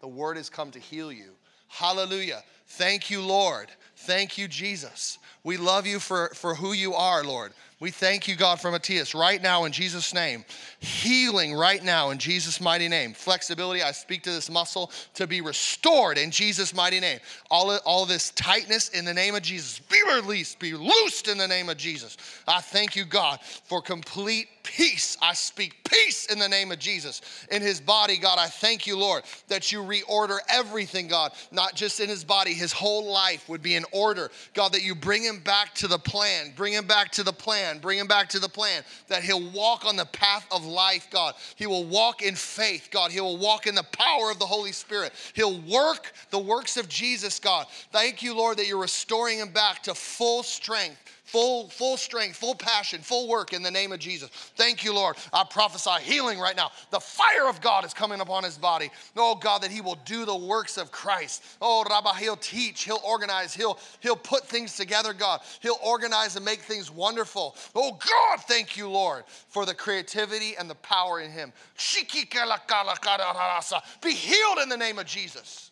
Speaker 1: The word has come to heal you. Hallelujah. Thank you, Lord. Thank you, Jesus. We love you for, for who you are, Lord. We thank you, God, for Matthias right now in Jesus' name. Healing right now in Jesus' mighty name. Flexibility, I speak to this muscle to be restored in Jesus' mighty name. All, of- all this tightness in the name of Jesus. Be released, be loosed in the name of Jesus. I thank you, God, for complete peace. I speak peace in the name of Jesus. In his body, God, I thank you, Lord, that you reorder everything, God, not just in his body, his whole life would be in order. God, that you bring him back to the plan, bring him back to the plan, bring him back to the plan, that he'll walk on the path of life, God. He will walk in faith, God. He will walk in the power of the Holy Spirit. He'll work the works of Jesus, God. Thank you, Lord, that you're restoring him back to full strength full full strength full passion full work in the name of jesus thank you lord i prophesy healing right now the fire of god is coming upon his body oh god that he will do the works of christ oh rabbi he'll teach he'll organize he'll he'll put things together god he'll organize and make things wonderful oh god thank you lord for the creativity and the power in him be healed in the name of jesus